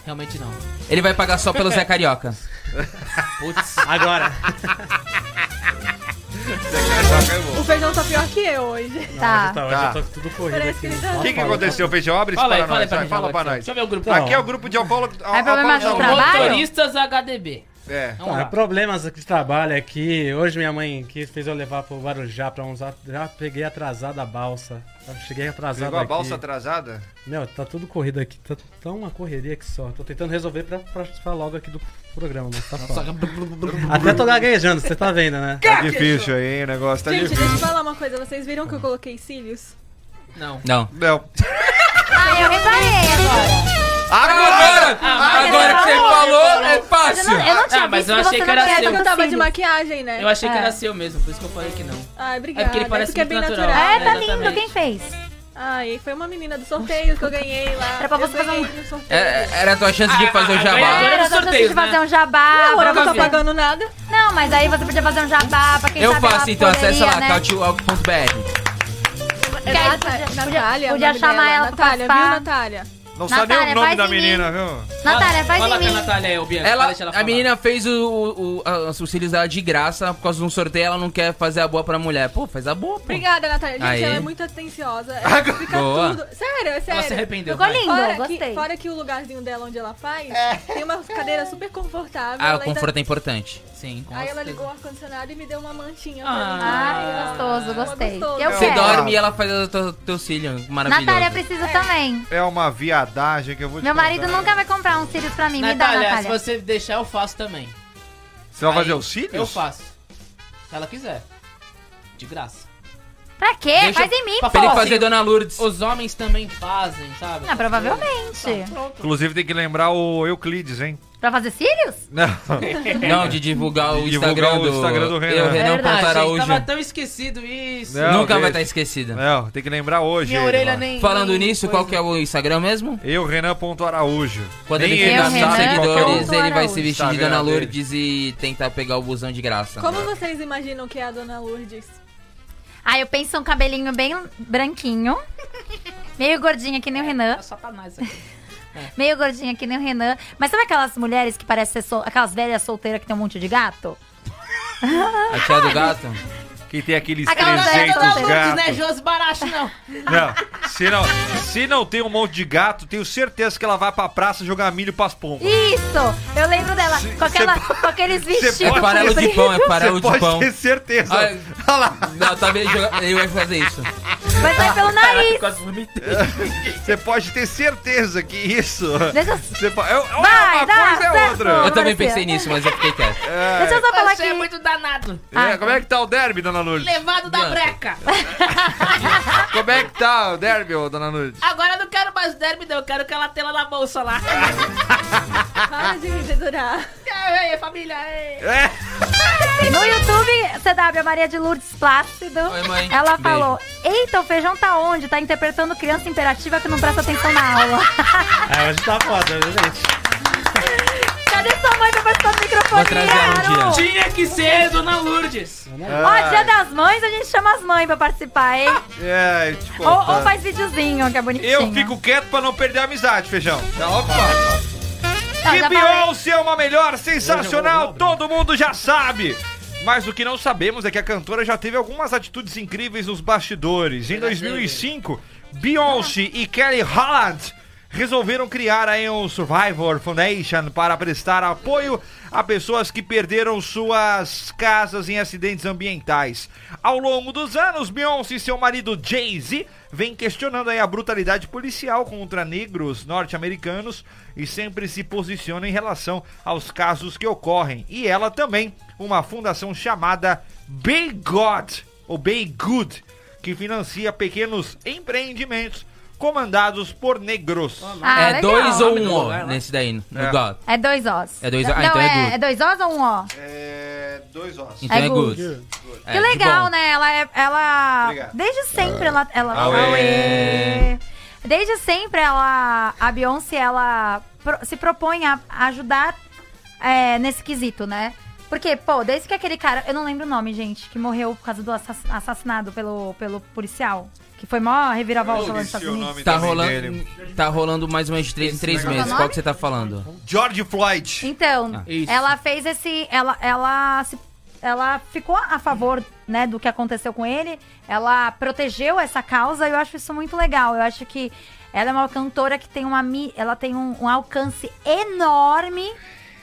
S5: Realmente não.
S7: Ele vai pagar só pelo Zé Carioca.
S5: Putz.
S8: Agora.
S6: O feijão tá pior que eu hoje.
S3: Tá.
S8: Tá,
S4: Tá.
S8: hoje eu tô tudo corrido
S6: Parece que
S8: aqui.
S6: ele tá-
S4: O que, que aconteceu, Feijão? Abre isso
S5: Fala aí,
S4: para
S5: fala aí
S4: nós.
S5: pra
S4: vai,
S5: mim.
S4: Fala pra
S5: Rafael.
S4: nós.
S5: Deixa eu ver o grupo.
S4: Aqui é o grupo de alcoólicos.
S3: É problema de
S5: São
S3: Trabalho?
S5: Motoristas HDB.
S4: É.
S5: Vamos
S8: Tá,
S5: lá.
S8: problemas de trabalho aqui. Hoje minha mãe que fez eu levar pro Guarujá pra uns atos. Já peguei atrasada a balsa. Já cheguei atrasado
S4: Pegou a
S8: aqui.
S4: balsa atrasada?
S8: Meu, tá tudo corrido aqui. Tá, tá uma correria que só. Tô tentando resolver pra participar logo aqui do programa, mas tá foda. Até tô gaguejando, você tá vendo, né?
S4: Tá difícil aí o negócio. Tá
S6: Gente,
S4: difícil.
S6: deixa eu falar uma coisa. Vocês viram que eu coloquei cílios?
S5: Não.
S7: Não.
S4: Não.
S3: Ah, eu reparei agora.
S4: Agora!
S3: Ah,
S7: agora que você falou, é
S3: Mas eu não,
S7: fácil.
S3: eu não tinha
S5: Ah, mas
S3: visto
S5: eu
S3: que
S5: achei que
S3: você não
S5: era
S3: tinha
S6: É
S5: seu.
S6: porque eu
S3: tanto
S6: tava de
S3: cílio.
S6: maquiagem, né?
S5: Eu achei que
S3: É.
S5: era seu mesmo, por isso que eu falei que não.
S6: Ai, obrigada.
S5: É porque ele parece
S6: porque é
S5: muito
S6: bem natural.
S5: natural.
S3: É, tá
S5: Exatamente.
S3: lindo. Quem fez?
S6: Ai, foi uma menina do sorteio que eu ganhei lá.
S3: Era pra você fazer
S6: eu
S3: um-
S6: ganhei no sorteio.
S7: É, era a tua chance de fazer o jabá.
S3: Era, só você
S9: sorteio,
S3: fazer
S9: né?
S3: um jabá.
S6: Ah, Agora eu não tô
S3: pra-
S6: pagando nada.
S3: Não, mas aí você podia fazer um jabá pra quem
S7: Eu
S3: sabe
S7: faço,
S3: ela
S7: então, acessa lá,
S3: poderia, né?
S7: cautialgo.br.
S3: Porque aí você
S6: Nata-
S3: podia-
S6: Natália,
S3: podia
S6: o nome
S3: chamar
S6: dela.
S3: ela pra
S6: Natália, viu,
S3: participar.
S6: Natália?
S4: Não sabe nem o
S3: Natália,
S4: nome
S3: faz
S4: da
S3: em mim.
S4: menina, viu?
S3: Natália, faz
S9: Fala
S3: em
S9: com a
S3: mim.
S9: Natália aí, ô Bianca.
S7: Ela,
S9: deixa
S7: a
S9: falar.
S7: menina fez o, o, o, a- os auxílios dela de graça por causa de um sorteio. Ela não quer fazer a boa pra mulher. Pô, faz a boa, pô.
S6: Obrigada, Natália. Gente,
S7: Aí.
S6: ela é muito atenciosa. Ela explica
S7: Boa.
S6: tudo. Sério, é sério.
S9: Ela se arrependeu.
S3: Ficou
S9: vai.
S3: lindo.
S6: Fora,
S3: gostei.
S6: Que, fora que o lugarzinho dela onde ela faz, tem uma cadeira super confortável.
S7: Ah,
S6: ela
S7: o
S6: ainda-
S7: conforto é importante.
S9: Sim, com
S6: Aí ela
S9: certeza.
S6: ligou o ar-condicionado e me deu uma mantinha
S9: Ah.
S3: Ai, gostoso,
S6: Ficou
S3: gostei.
S6: gostoso.
S3: Eu
S4: Você
S7: Você
S3: quero.
S4: adora?
S7: dorme e ela faz o teu, teu cílio. Maravilhoso.
S3: É. Natália, eu preciso também.
S4: É uma viadagem que eu vou te
S3: Meu marido
S4: contar.
S3: nunca vai comprar um Sirius pra mim. Me dá,
S9: Natália, se
S3: Natália.
S9: você deixar, eu faço também.
S4: Você vai
S9: Aí,
S4: fazer os cílios?
S9: Eu faço. Se ela quiser. De graça.
S3: Pra quê?
S9: Deixa-
S3: Faz em mim,
S9: Pra
S3: pô.
S7: Pra ele
S9: Fala
S7: fazer
S9: assim,
S7: Dona Lourdes.
S9: Os homens também fazem, sabe?
S3: Ah, provavelmente.
S5: Tá.
S4: Inclusive tem que lembrar o Euclides, hein?
S3: Pra fazer Sirius?
S4: Não.
S7: Não, de divulgar o
S4: De divulgar
S7: Instagram
S4: o
S7: do...
S4: Instagram do Renan.
S7: Eu,
S9: É
S7: Renan
S9: verdade,
S7: Ponto
S9: gente,
S7: Araújo.
S9: tava tão esquecido isso.
S4: Não,
S7: Nunca vai tá
S4: desse.
S7: estar esquecida.
S4: Não, tem que lembrar hoje.
S9: Minha
S4: ele,
S9: orelha
S4: ó.
S9: nem...
S7: Falando
S9: nem
S7: nisso,
S9: coisa.
S7: qual que é o Instagram mesmo?
S4: Eu, Renan ponto Araújo.
S7: Quando
S4: Nem
S7: ele chegar
S3: eu,
S4: sabe
S7: nos
S3: Renan,
S4: qual que é o-
S7: seguidores,
S3: Ponto
S7: ele vai
S3: Araújo.
S7: se vestir de
S4: Instagram
S7: Dona
S4: dele.
S7: Lourdes e tentar pegar o busão de graça.
S6: Como vocês imaginam que é a dona Lourdes?
S3: Ah, eu penso um cabelinho bem branquinho. Meio gordinha que nem o Renan.
S5: Tá
S9: É Satanás aqui.
S3: Meio gordinha que nem o Renan. Mas sabe aquelas mulheres que parecem ser sol- aquelas velhas solteiras que tem um monte de gato?
S7: A tia do gato? É
S4: Que tem aqueles
S3: Aquela da
S4: 300
S3: Dona
S9: Não é
S4: gatos.
S9: Josi Baracho, não.
S4: Não, se não, se não tem um monte de gato, tenho certeza que ela vai pra praça jogar milho pras pombas.
S3: Isso! Eu lembro dela.
S4: Cê-
S3: Com, aquela,
S4: cê
S3: com aqueles
S7: É
S3: vestidos. assim.
S4: pode-
S7: farelo de pão, é farelo
S4: Você
S7: de
S4: pode
S7: pão. Ah,
S4: ter certeza.
S7: Ai.
S4: Ah, Olha lá.
S7: Não, talvez joga- ele vai fazer isso.
S3: Vai sair pelo nariz.
S9: Quase vomitei.
S4: Você pode ter certeza que isso.
S3: Deixa eu,
S4: Você po- é, é uma
S3: Vai, dá
S4: coisa é
S3: certo.
S4: outra.
S7: Eu também
S3: Marcelo.
S7: pensei nisso, mas eu fiquei quieto.
S3: deixa eu só falar
S9: Você é
S3: aqui.
S9: muito danado.
S4: É, como é que tá o derby, dona Lourdes?
S9: Levado da
S7: Bianca.
S9: breca.
S4: Como é que tá o derby, ô, dona Lourdes?
S9: Agora eu não quero mais derby, não. Eu quero aquela tela na bolsa lá.
S6: Para de me dedurar.
S9: Ei, família, ei.
S4: É.
S3: No YouTube, CW, a Maria de Lourdes Plácido.
S7: Oi, mãe.
S3: Ela
S7: Beijo.
S3: falou: Eita, o feijão tá onde? Tá interpretando criança imperativa que não presta atenção na aula.
S8: Ah, hoje tá foda, viu, gente?
S3: Cadê sua mãe pra participar do microfone?
S7: Vou trazer ela um
S3: Harold?
S9: Tinha que ser Dona Lourdes.
S3: Ó, dia das mães, a gente chama as mães pra participar, hein?
S4: É, te
S3: Ou,
S4: contar.
S3: ou faz videozinho, que é bonitinho.
S4: Eu fico quieto pra não perder a amizade, feijão. Tá, opa.
S3: Não,
S4: Que
S3: Tá, já falei.
S4: Beyoncé é uma melhor, sensacional, todo mundo já sabe. Mas o que não sabemos é que a cantora já teve algumas atitudes incríveis nos bastidores. Em 2005, Beyoncé e Kelly Holland resolveram criar aí um Survivor Foundation para prestar apoio a pessoas que perderam suas casas em acidentes ambientais. Ao longo dos anos, Beyoncé e seu marido Jay-Z vem questionando aí a brutalidade policial contra negros norte-americanos e sempre se posiciona em relação aos casos que ocorrem. E ela também, uma fundação chamada Bay God, ou Bay Good, que financia pequenos empreendimentos comandados por negros.
S3: Ah,
S7: é
S3: legal.
S7: dois ou
S9: Nome
S7: um
S9: do
S7: ó
S9: lugar lá.
S7: nesse daí, no
S4: É.
S7: é. God.
S3: É dois Os.
S7: É dois Os. Ah,
S3: Não,
S7: então é good.
S3: é dois Os ou um O?
S4: É, dois ossos.
S7: Então
S3: É
S7: é good.
S3: que
S7: É, de
S3: legal,
S7: bom.
S3: né? Ela é. Ela.
S4: Obrigado.
S3: Desde sempre ela. ela
S4: Auê.
S3: Auê. Desde sempre ela. A Beyoncé, ela pro- se propõe a a ajudar é, nesse quesito, né? Porque, pô, desde que aquele cara. Eu não lembro o nome, gente, que morreu por causa do assass- assassinado pelo, pelo policial. Que foi mó reviravolta lá nos Estados Unidos.
S7: Tá rolando, tá rolando mais ou menos de três em três
S3: negócio-
S7: meses. Qual que você tá falando?
S3: né?
S4: George Floyd.
S3: Então,
S7: Ah,
S9: isso.
S3: ela fez esse. Ela, ela, se- ela ficou a favor né, do que aconteceu com ele. Ela protegeu essa causa e eu acho isso muito legal. Eu acho que ela é uma cantora que tem uma. mi- Ela tem um, um alcance enorme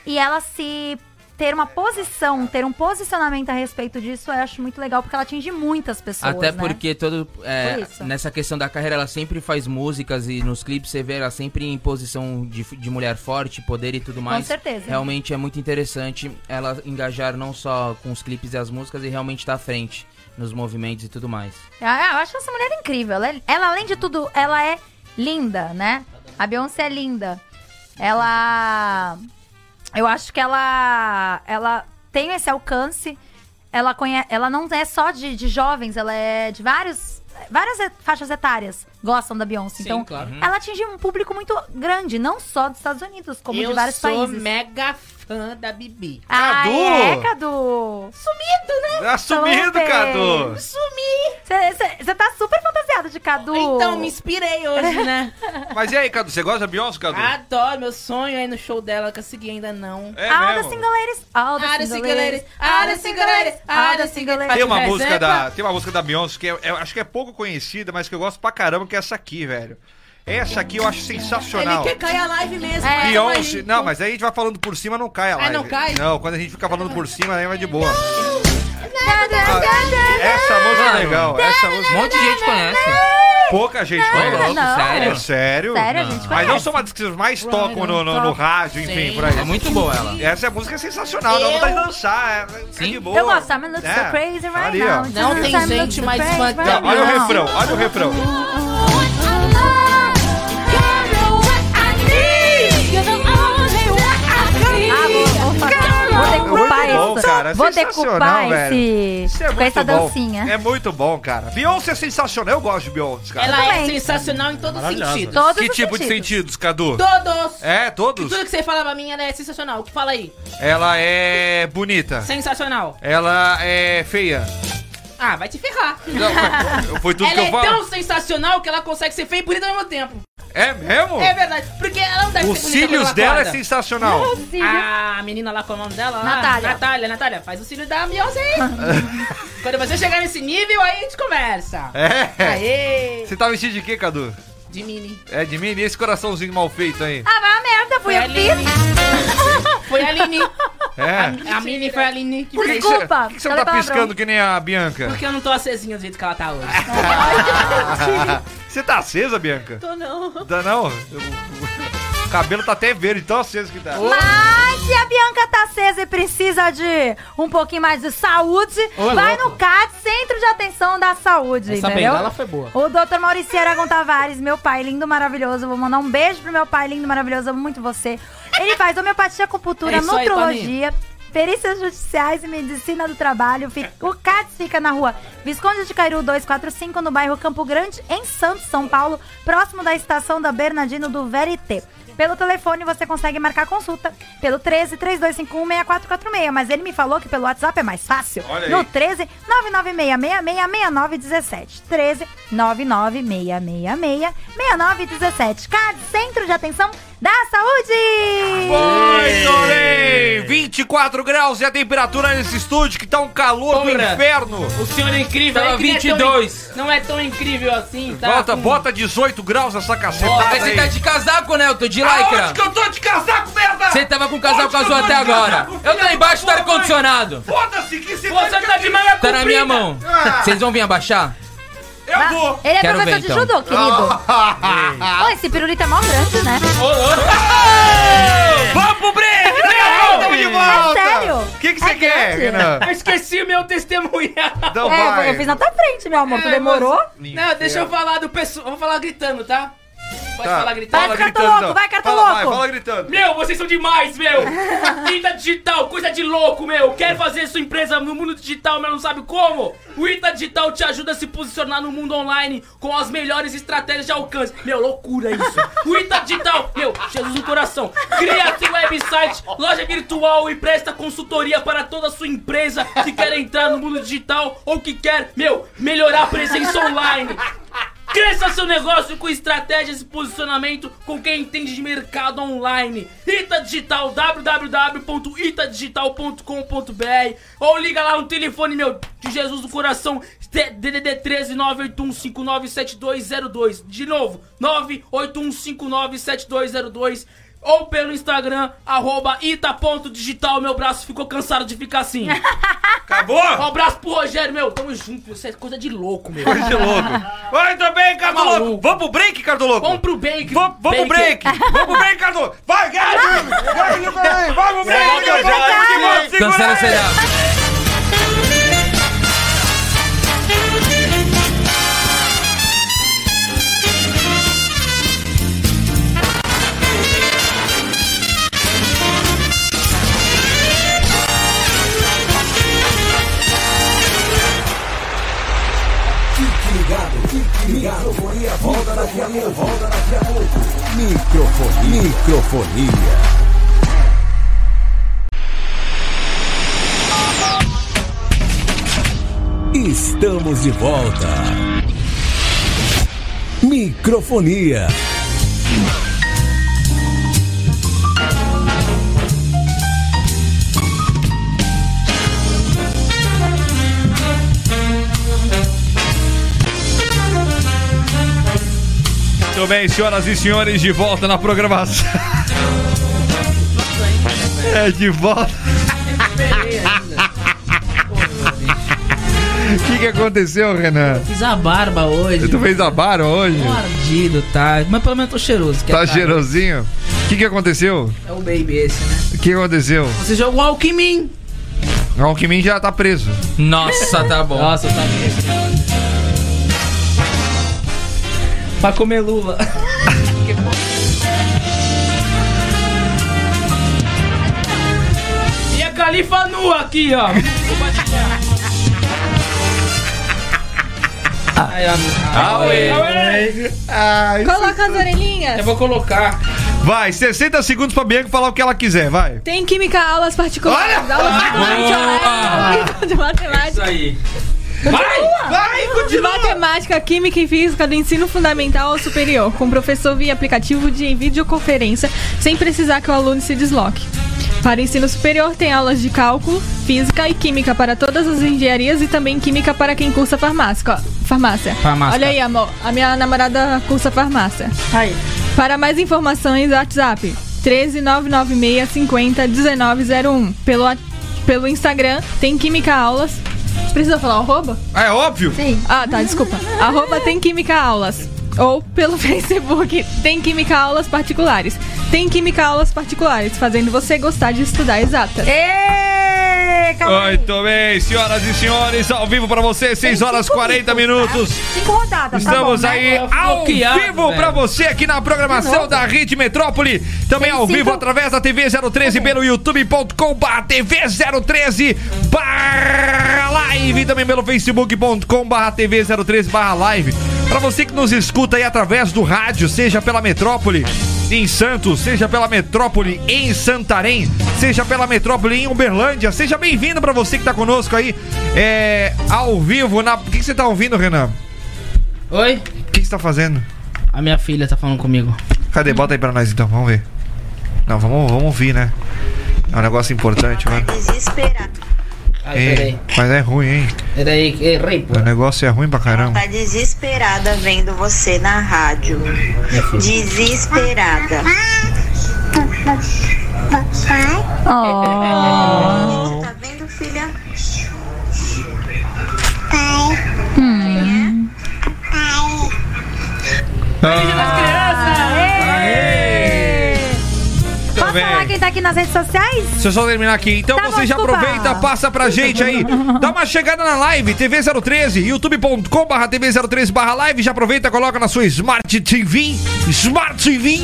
S3: e ela se. Ter uma posição, ter um posicionamento a respeito disso, eu acho muito legal, porque ela atinge muitas pessoas.
S7: Até
S3: né?
S7: porque todo é,
S3: Por isso.
S7: nessa questão da carreira ela sempre faz músicas e nos clipes você vê ela sempre em posição de, de mulher forte, poder e tudo mais.
S3: certeza.
S7: Realmente é muito interessante ela engajar não só com os clipes e as músicas e realmente tá à frente nos movimentos e tudo mais.
S3: Ah, Eu acho essa mulher incrível. Ela, é- ela, além de tudo, ela é linda, né? A Beyoncé é linda. Ela. Eu acho que ela. Ela tem esse alcance. Ela, conhe... ela não é só de, de jovens, ela é de vários. várias e- faixas etárias gostam da Beyoncé.
S5: Sim,
S3: então,
S5: claro. Uhum.
S3: ela atingiu um público muito grande, não só dos Estados Unidos, como
S5: eu
S3: de vários
S5: sou
S3: países.
S5: mega fã da Bibi.
S3: Ah,
S4: Cadu!
S3: é, Cadu! Sumido, né?
S4: Assumido,
S3: Super.
S4: Cadu!
S3: Você tá super fantasiado de
S9: Oh.
S3: Cadu.
S5: Então, me inspirei hoje, né?
S4: Mas e aí, Cadu, você gosta da Beyoncé, Cadu?
S5: Ah, Adoro, meu sonho aí no show dela, consegui ainda não.
S4: é
S3: all the
S4: mesmo?
S3: single ladies, all the
S5: All the
S3: single
S5: single
S3: ladies,
S5: ladies, all the single ladies, all the single
S4: Tem
S5: ladies.
S4: uma,
S5: Mas é
S4: música
S5: pra-
S4: da, tem uma música da Beyoncé que eu, eu acho que é pouco conhecida, mas que eu gosto pra caramba, que é essa aqui, velho. Essa aqui eu acho
S9: É
S4: sensacional.
S5: Ele quer cair a live mesmo.
S3: É.
S5: mas tamo
S4: Beyoncé,
S5: aí.
S4: não, mas aí a gente vai falando por cima, não cai a live.
S5: não cai?
S4: Não, quando a gente fica falando por cima, aí vai de boa.
S3: Não,
S4: Essa música é legal, essa
S7: Um
S4: música
S7: monte de gente conhece.
S4: pouca gente
S7: Ô,
S4: conhece.
S7: louco,
S3: Não.
S4: É
S7: sério.
S4: sério?
S3: Sério, a gente
S4: Mas não
S3: conhece.
S4: são uma das que mais tocam no, no- no rádio, enfim,
S5: Sim.
S4: por aí.
S7: É muito boa ela.
S4: Essa música é sensacional, dá
S5: Eu-
S4: vontade de dançar. É, é
S7: Sim.
S4: de boa.
S3: Eu gosto, I'm not so
S4: É,
S3: crazy right
S4: ali, ó.
S3: now.
S5: Não
S3: Just
S5: tem
S3: I'm not
S5: gente
S3: so
S5: mais
S3: crazy
S5: fã que
S3: right
S5: ela.
S4: Não, Tá, olha o
S3: now.
S4: refrão, olha o refrão.
S3: Ah, vou, vou,
S2: Girl,
S3: fazer- vou decupar
S4: É muito bom,
S3: isso.
S4: cara, é
S3: vou
S4: sensacional,
S3: decupar
S4: velho.
S3: esse.
S4: Isso é
S3: com essa
S4: muito bom.
S3: dancinha.
S4: É muito bom, cara. Beyoncé é sensacional. Eu gosto de Beyoncé, cara.
S5: Ela é
S3: Também.
S5: sensacional em todos os
S8: Maravilhosa.
S5: sentidos.
S3: Todos
S4: Que
S3: os
S4: tipo de sentidos, Cadu?
S5: Todos!
S4: É, todos?
S5: Tudo que você fala pra mim ela é sensacional. O que fala aí?
S4: Ela é bonita.
S5: Sensacional.
S4: Ela é feia.
S5: Ah, vai te ferrar.
S4: Não, foi tudo
S5: ela
S4: que eu
S5: é
S4: falo.
S5: tão sensacional que ela consegue ser feia e bonita ao mesmo tempo.
S4: É mesmo?
S5: É verdade. Porque ela não deve
S4: Os
S5: ser bonita quando
S4: cílios
S5: ela
S4: dela é
S5: acorda.
S4: sensacional.
S5: Ah, a menina lá com o nome dela? lá.
S3: Natália.
S5: Natália, Natália, faz o cílio da Beyoncé aí. Quando você chegar nesse nível, aí a gente conversa.
S4: É.
S5: Aê!
S4: Você tá vestido de quê, Cadu?
S5: De mini.
S4: É de mim e esse coraçãozinho mal feito aí.
S3: Ah, vai a merda, fui eu que fiz.
S5: Foi a Aline.
S4: É.
S5: A mini foi a Aline que
S4: Por que
S5: fez.
S4: que você-
S3: Desculpa,
S4: Por que você
S3: cadê
S4: não
S5: é
S4: tá
S3: palavrão?
S4: piscando que nem a Bianca?
S5: Porque eu não tô acesinha do jeito que ela tá hoje.
S4: Você tá acesa, Bianca?
S6: Tô não.
S4: Tá não? Eu- O cabelo tá até verde, tão aceso que tá.
S3: Mas se a Bianca tá acesa e precisa de um pouquinho mais de saúde, vai no CAT, Centro de Atenção da Saúde, entendeu?
S9: foi boa.
S3: O doutor Maurício Aragon Tavares, meu pai lindo, maravilhoso. Vou mandar um beijo pro meu pai lindo, maravilhoso. Amo muito você. Ele faz homeopatia, acupuntura,
S5: É isso aí,
S3: nutrologia, perícias judiciais e medicina do trabalho. Fi- O CATS fica na rua Visconde de Cairu 245, no bairro Campo Grande, em Santos, São Paulo, próximo da estação da Bernardino do Verité. Pelo telefone você consegue marcar consulta pelo 13 3251 6446, mas ele me falou que pelo WhatsApp é mais fácil.
S4: Olha aí.
S3: no 13 996666917. 13 996666917. CAD, Centro de Atenção da Saúde!
S4: Muito bem! 24 graus e a temperatura nesse estúdio que tá um calor do
S5: Porra.
S4: inferno.
S5: O senhor é incrível.
S7: Tava
S5: é que nem é tão-
S7: 22.
S5: Não é tão incrível assim, tá?
S4: Bota,
S5: Com-
S4: bota 18 graus nessa cacetada
S7: Mas você
S4: aí.
S7: tá de casaco, né? Eu tô de
S4: Aonde
S7: lycra.
S4: que eu tô de casaco, merda?
S7: Você tava com casaco
S4: Aonde que
S7: azul
S4: eu tô
S7: até
S4: de
S7: agora.
S4: casaco, filha
S7: Eu tô
S4: da
S7: embaixo do
S4: porra, mãe?
S7: ar-condicionado.
S4: Foda-se que você
S5: Você tá de manga
S7: Tá na minha
S5: comprida.
S7: mão.
S4: Ah.
S7: Vocês vão vir abaixar?
S4: Eu vou.
S3: Ele é
S7: Quero
S3: professor
S7: ver,
S3: de
S7: então.
S3: judô, querido.
S5: Ah.
S3: Pô, esse pirulito é mó grande, né?
S4: Vamos pro break!
S5: né, É.
S4: Não, tamo de volta!
S3: É sério?
S4: O que que você
S3: É
S4: quer,
S3: grande.
S4: Renan?
S5: Eu esqueci o meu testemunha.
S4: Então
S3: é,
S4: vai.
S3: eu fiz na tua frente, meu amor. Tu
S5: É,
S3: demorou?
S5: mas- Não, deixa eu falar do pessoal. Vou falar gritando, tá? Pode
S4: Tá.
S5: falar
S3: Vai,
S5: gritando.
S4: Fala
S3: Cartoloco,
S4: gritando, então.
S3: vai, Cartoloco.
S4: Fala, vai, fala gritando.
S5: Meu, vocês são demais, meu! Ita Digital, coisa de louco, meu! Quer fazer sua empresa no mundo digital, mas não sabe como? O Ita Digital te ajuda a se posicionar no mundo online com as melhores estratégias de alcance. Meu, loucura isso! O Ita Digital, meu, Jesus no coração! Cria seu website, loja virtual e presta consultoria para toda a sua empresa que quer entrar no mundo digital ou que quer, meu, melhorar a presença online. Cresça seu negócio com estratégias e posicionamento com quem entende de mercado online. Ita Digital, www.itadigital.com.br ou liga lá no telefone meu de Jesus do Coração, T- DDD 13 981597202. De novo, 981597202. Ou pelo Instagram, arroba ita.digital. Meu braço ficou cansado de ficar assim. Um
S4: Acabou?
S5: abraço pro Rogério, meu. Tamo junto, isso é coisa de louco, meu.
S4: Coisa de louco. Muito bem, Cartoloco.
S5: Maluco.
S4: Vamos pro break, Cartoloco?
S5: Vamos pro break.
S4: Vam- Vamos pro break! Vamos pro break, Cardo! Vai, Gabi! Vai, Gabi! Vamos pro break,
S5: Segura,
S4: Cardo! Segura
S7: Cancela o
S4: aí!
S7: seriado.
S10: Fique ligado. Microfonia, volta daqui a pouco, volta daqui a pouco. Microfonia, microfonia. Estamos de volta. Microfonia.
S4: Muito bem, senhoras e senhores, de volta na programação. É, de volta. O que, que aconteceu, Renan?
S9: Fiz a barba hoje.
S4: Tu fez a barba hoje?
S9: Tô ardido, tá? Mas pelo menos tô cheiroso. que é
S4: Tá
S9: tarde.
S4: cheirosinho? O que, que aconteceu?
S9: É o baby esse, né? Tá
S4: O que aconteceu?
S9: Você jogou Alckmin.
S4: O Alckmin já tá preso.
S7: Nossa, tá bom.
S9: Nossa, tá mesmo. Pra comer lula.
S5: E a Califa nua aqui, ó.
S9: Ai, am-
S5: Aê.
S4: Ai,
S6: Coloca as orelhinhas.
S5: Eu vou colocar.
S4: Vai, 60 segundos pra Bianca falar o que ela quiser, vai.
S6: Tem química, aulas particulares,
S4: Olha!
S5: Ah,
S6: aulas de matemática, aulas
S5: Isso
S6: de matemática,
S5: aí.
S9: tá
S5: Vai!
S4: Vai,
S6: de matemática, química e física do ensino fundamental ao superior, com professor via aplicativo de videoconferência, sem precisar que o aluno se desloque. Para o ensino superior, tem aulas de cálculo, física e química para todas as engenharias e também química para quem cursa farmácia. Farmácia.
S7: Farmácia.
S6: Olha aí, amor. A minha namorada cursa farmácia.
S3: Aí.
S6: Para mais informações, WhatsApp 13996501901. Pelo, a- pelo Instagram, tem Química Aulas. Precisa falar o arroba?
S4: É óbvio.
S3: Sim.
S6: Ah, tá, desculpa. arroba tem Química Aulas. Ou pelo Facebook, tem Química Aulas Particulares. Tem Química Aulas Particulares, fazendo você gostar de estudar exatas.
S3: Ê, calma aí.
S4: Muito bem, senhoras e senhores, ao vivo pra você, 6 horas
S3: cinco
S4: 40
S3: minutos,
S4: minutos.
S3: Cinco rodadas, tá
S4: Estamos
S3: bom, né?
S4: aí
S5: Eu fui
S4: ao
S5: bloqueado,
S4: vivo pra
S5: velho.
S4: você aqui na
S3: De
S4: programação
S3: novo.
S4: da Rede Metrópole. Também
S3: Tem
S4: ao vivo
S3: cinco-
S4: através da TV
S3: Tá
S4: 013 pelo youtube.com barra TV 013 barra live. E Também pelo facebook.com barra TV 013 barra live. Pra você que nos escuta aí através do rádio, seja pela Metrópole em Santos, seja pela Metrópole em Santarém, seja pela Metrópole em Uberlândia, seja bem-vindo pra você que tá conosco aí é, ao vivo. Na... O que, que você tá ouvindo, Renan?
S9: Oi?
S4: O que que você tá fazendo?
S9: A minha filha tá falando comigo.
S4: Cadê? Bota aí pra nós então, vamos ver. Não, vamos, vamos ouvir, né? É um negócio importante, mano.
S11: desesperado.
S9: Ai,
S4: Ei,
S9: peraí.
S4: mas é ruim, hein?
S9: Peraí, que errei, pô.
S4: O negócio é ruim pra caramba.
S11: Tá desesperada vendo você na rádio. Desesperada.
S2: Papai,
S3: Oh.
S11: Você tá vendo, filha?
S2: pai, pai.
S3: Aê. Posso
S4: bem.
S3: falar quem tá aqui nas redes sociais?
S4: Deixa eu só terminar aqui. Então
S3: Tá bom,
S4: você já
S3: desculpa.
S4: aproveita, passa pra gente aí. Dá uma chegada na live, TV013, youtube.com barra TV013 barra live. Já aproveita, coloca na sua Smart TV, Smart TV.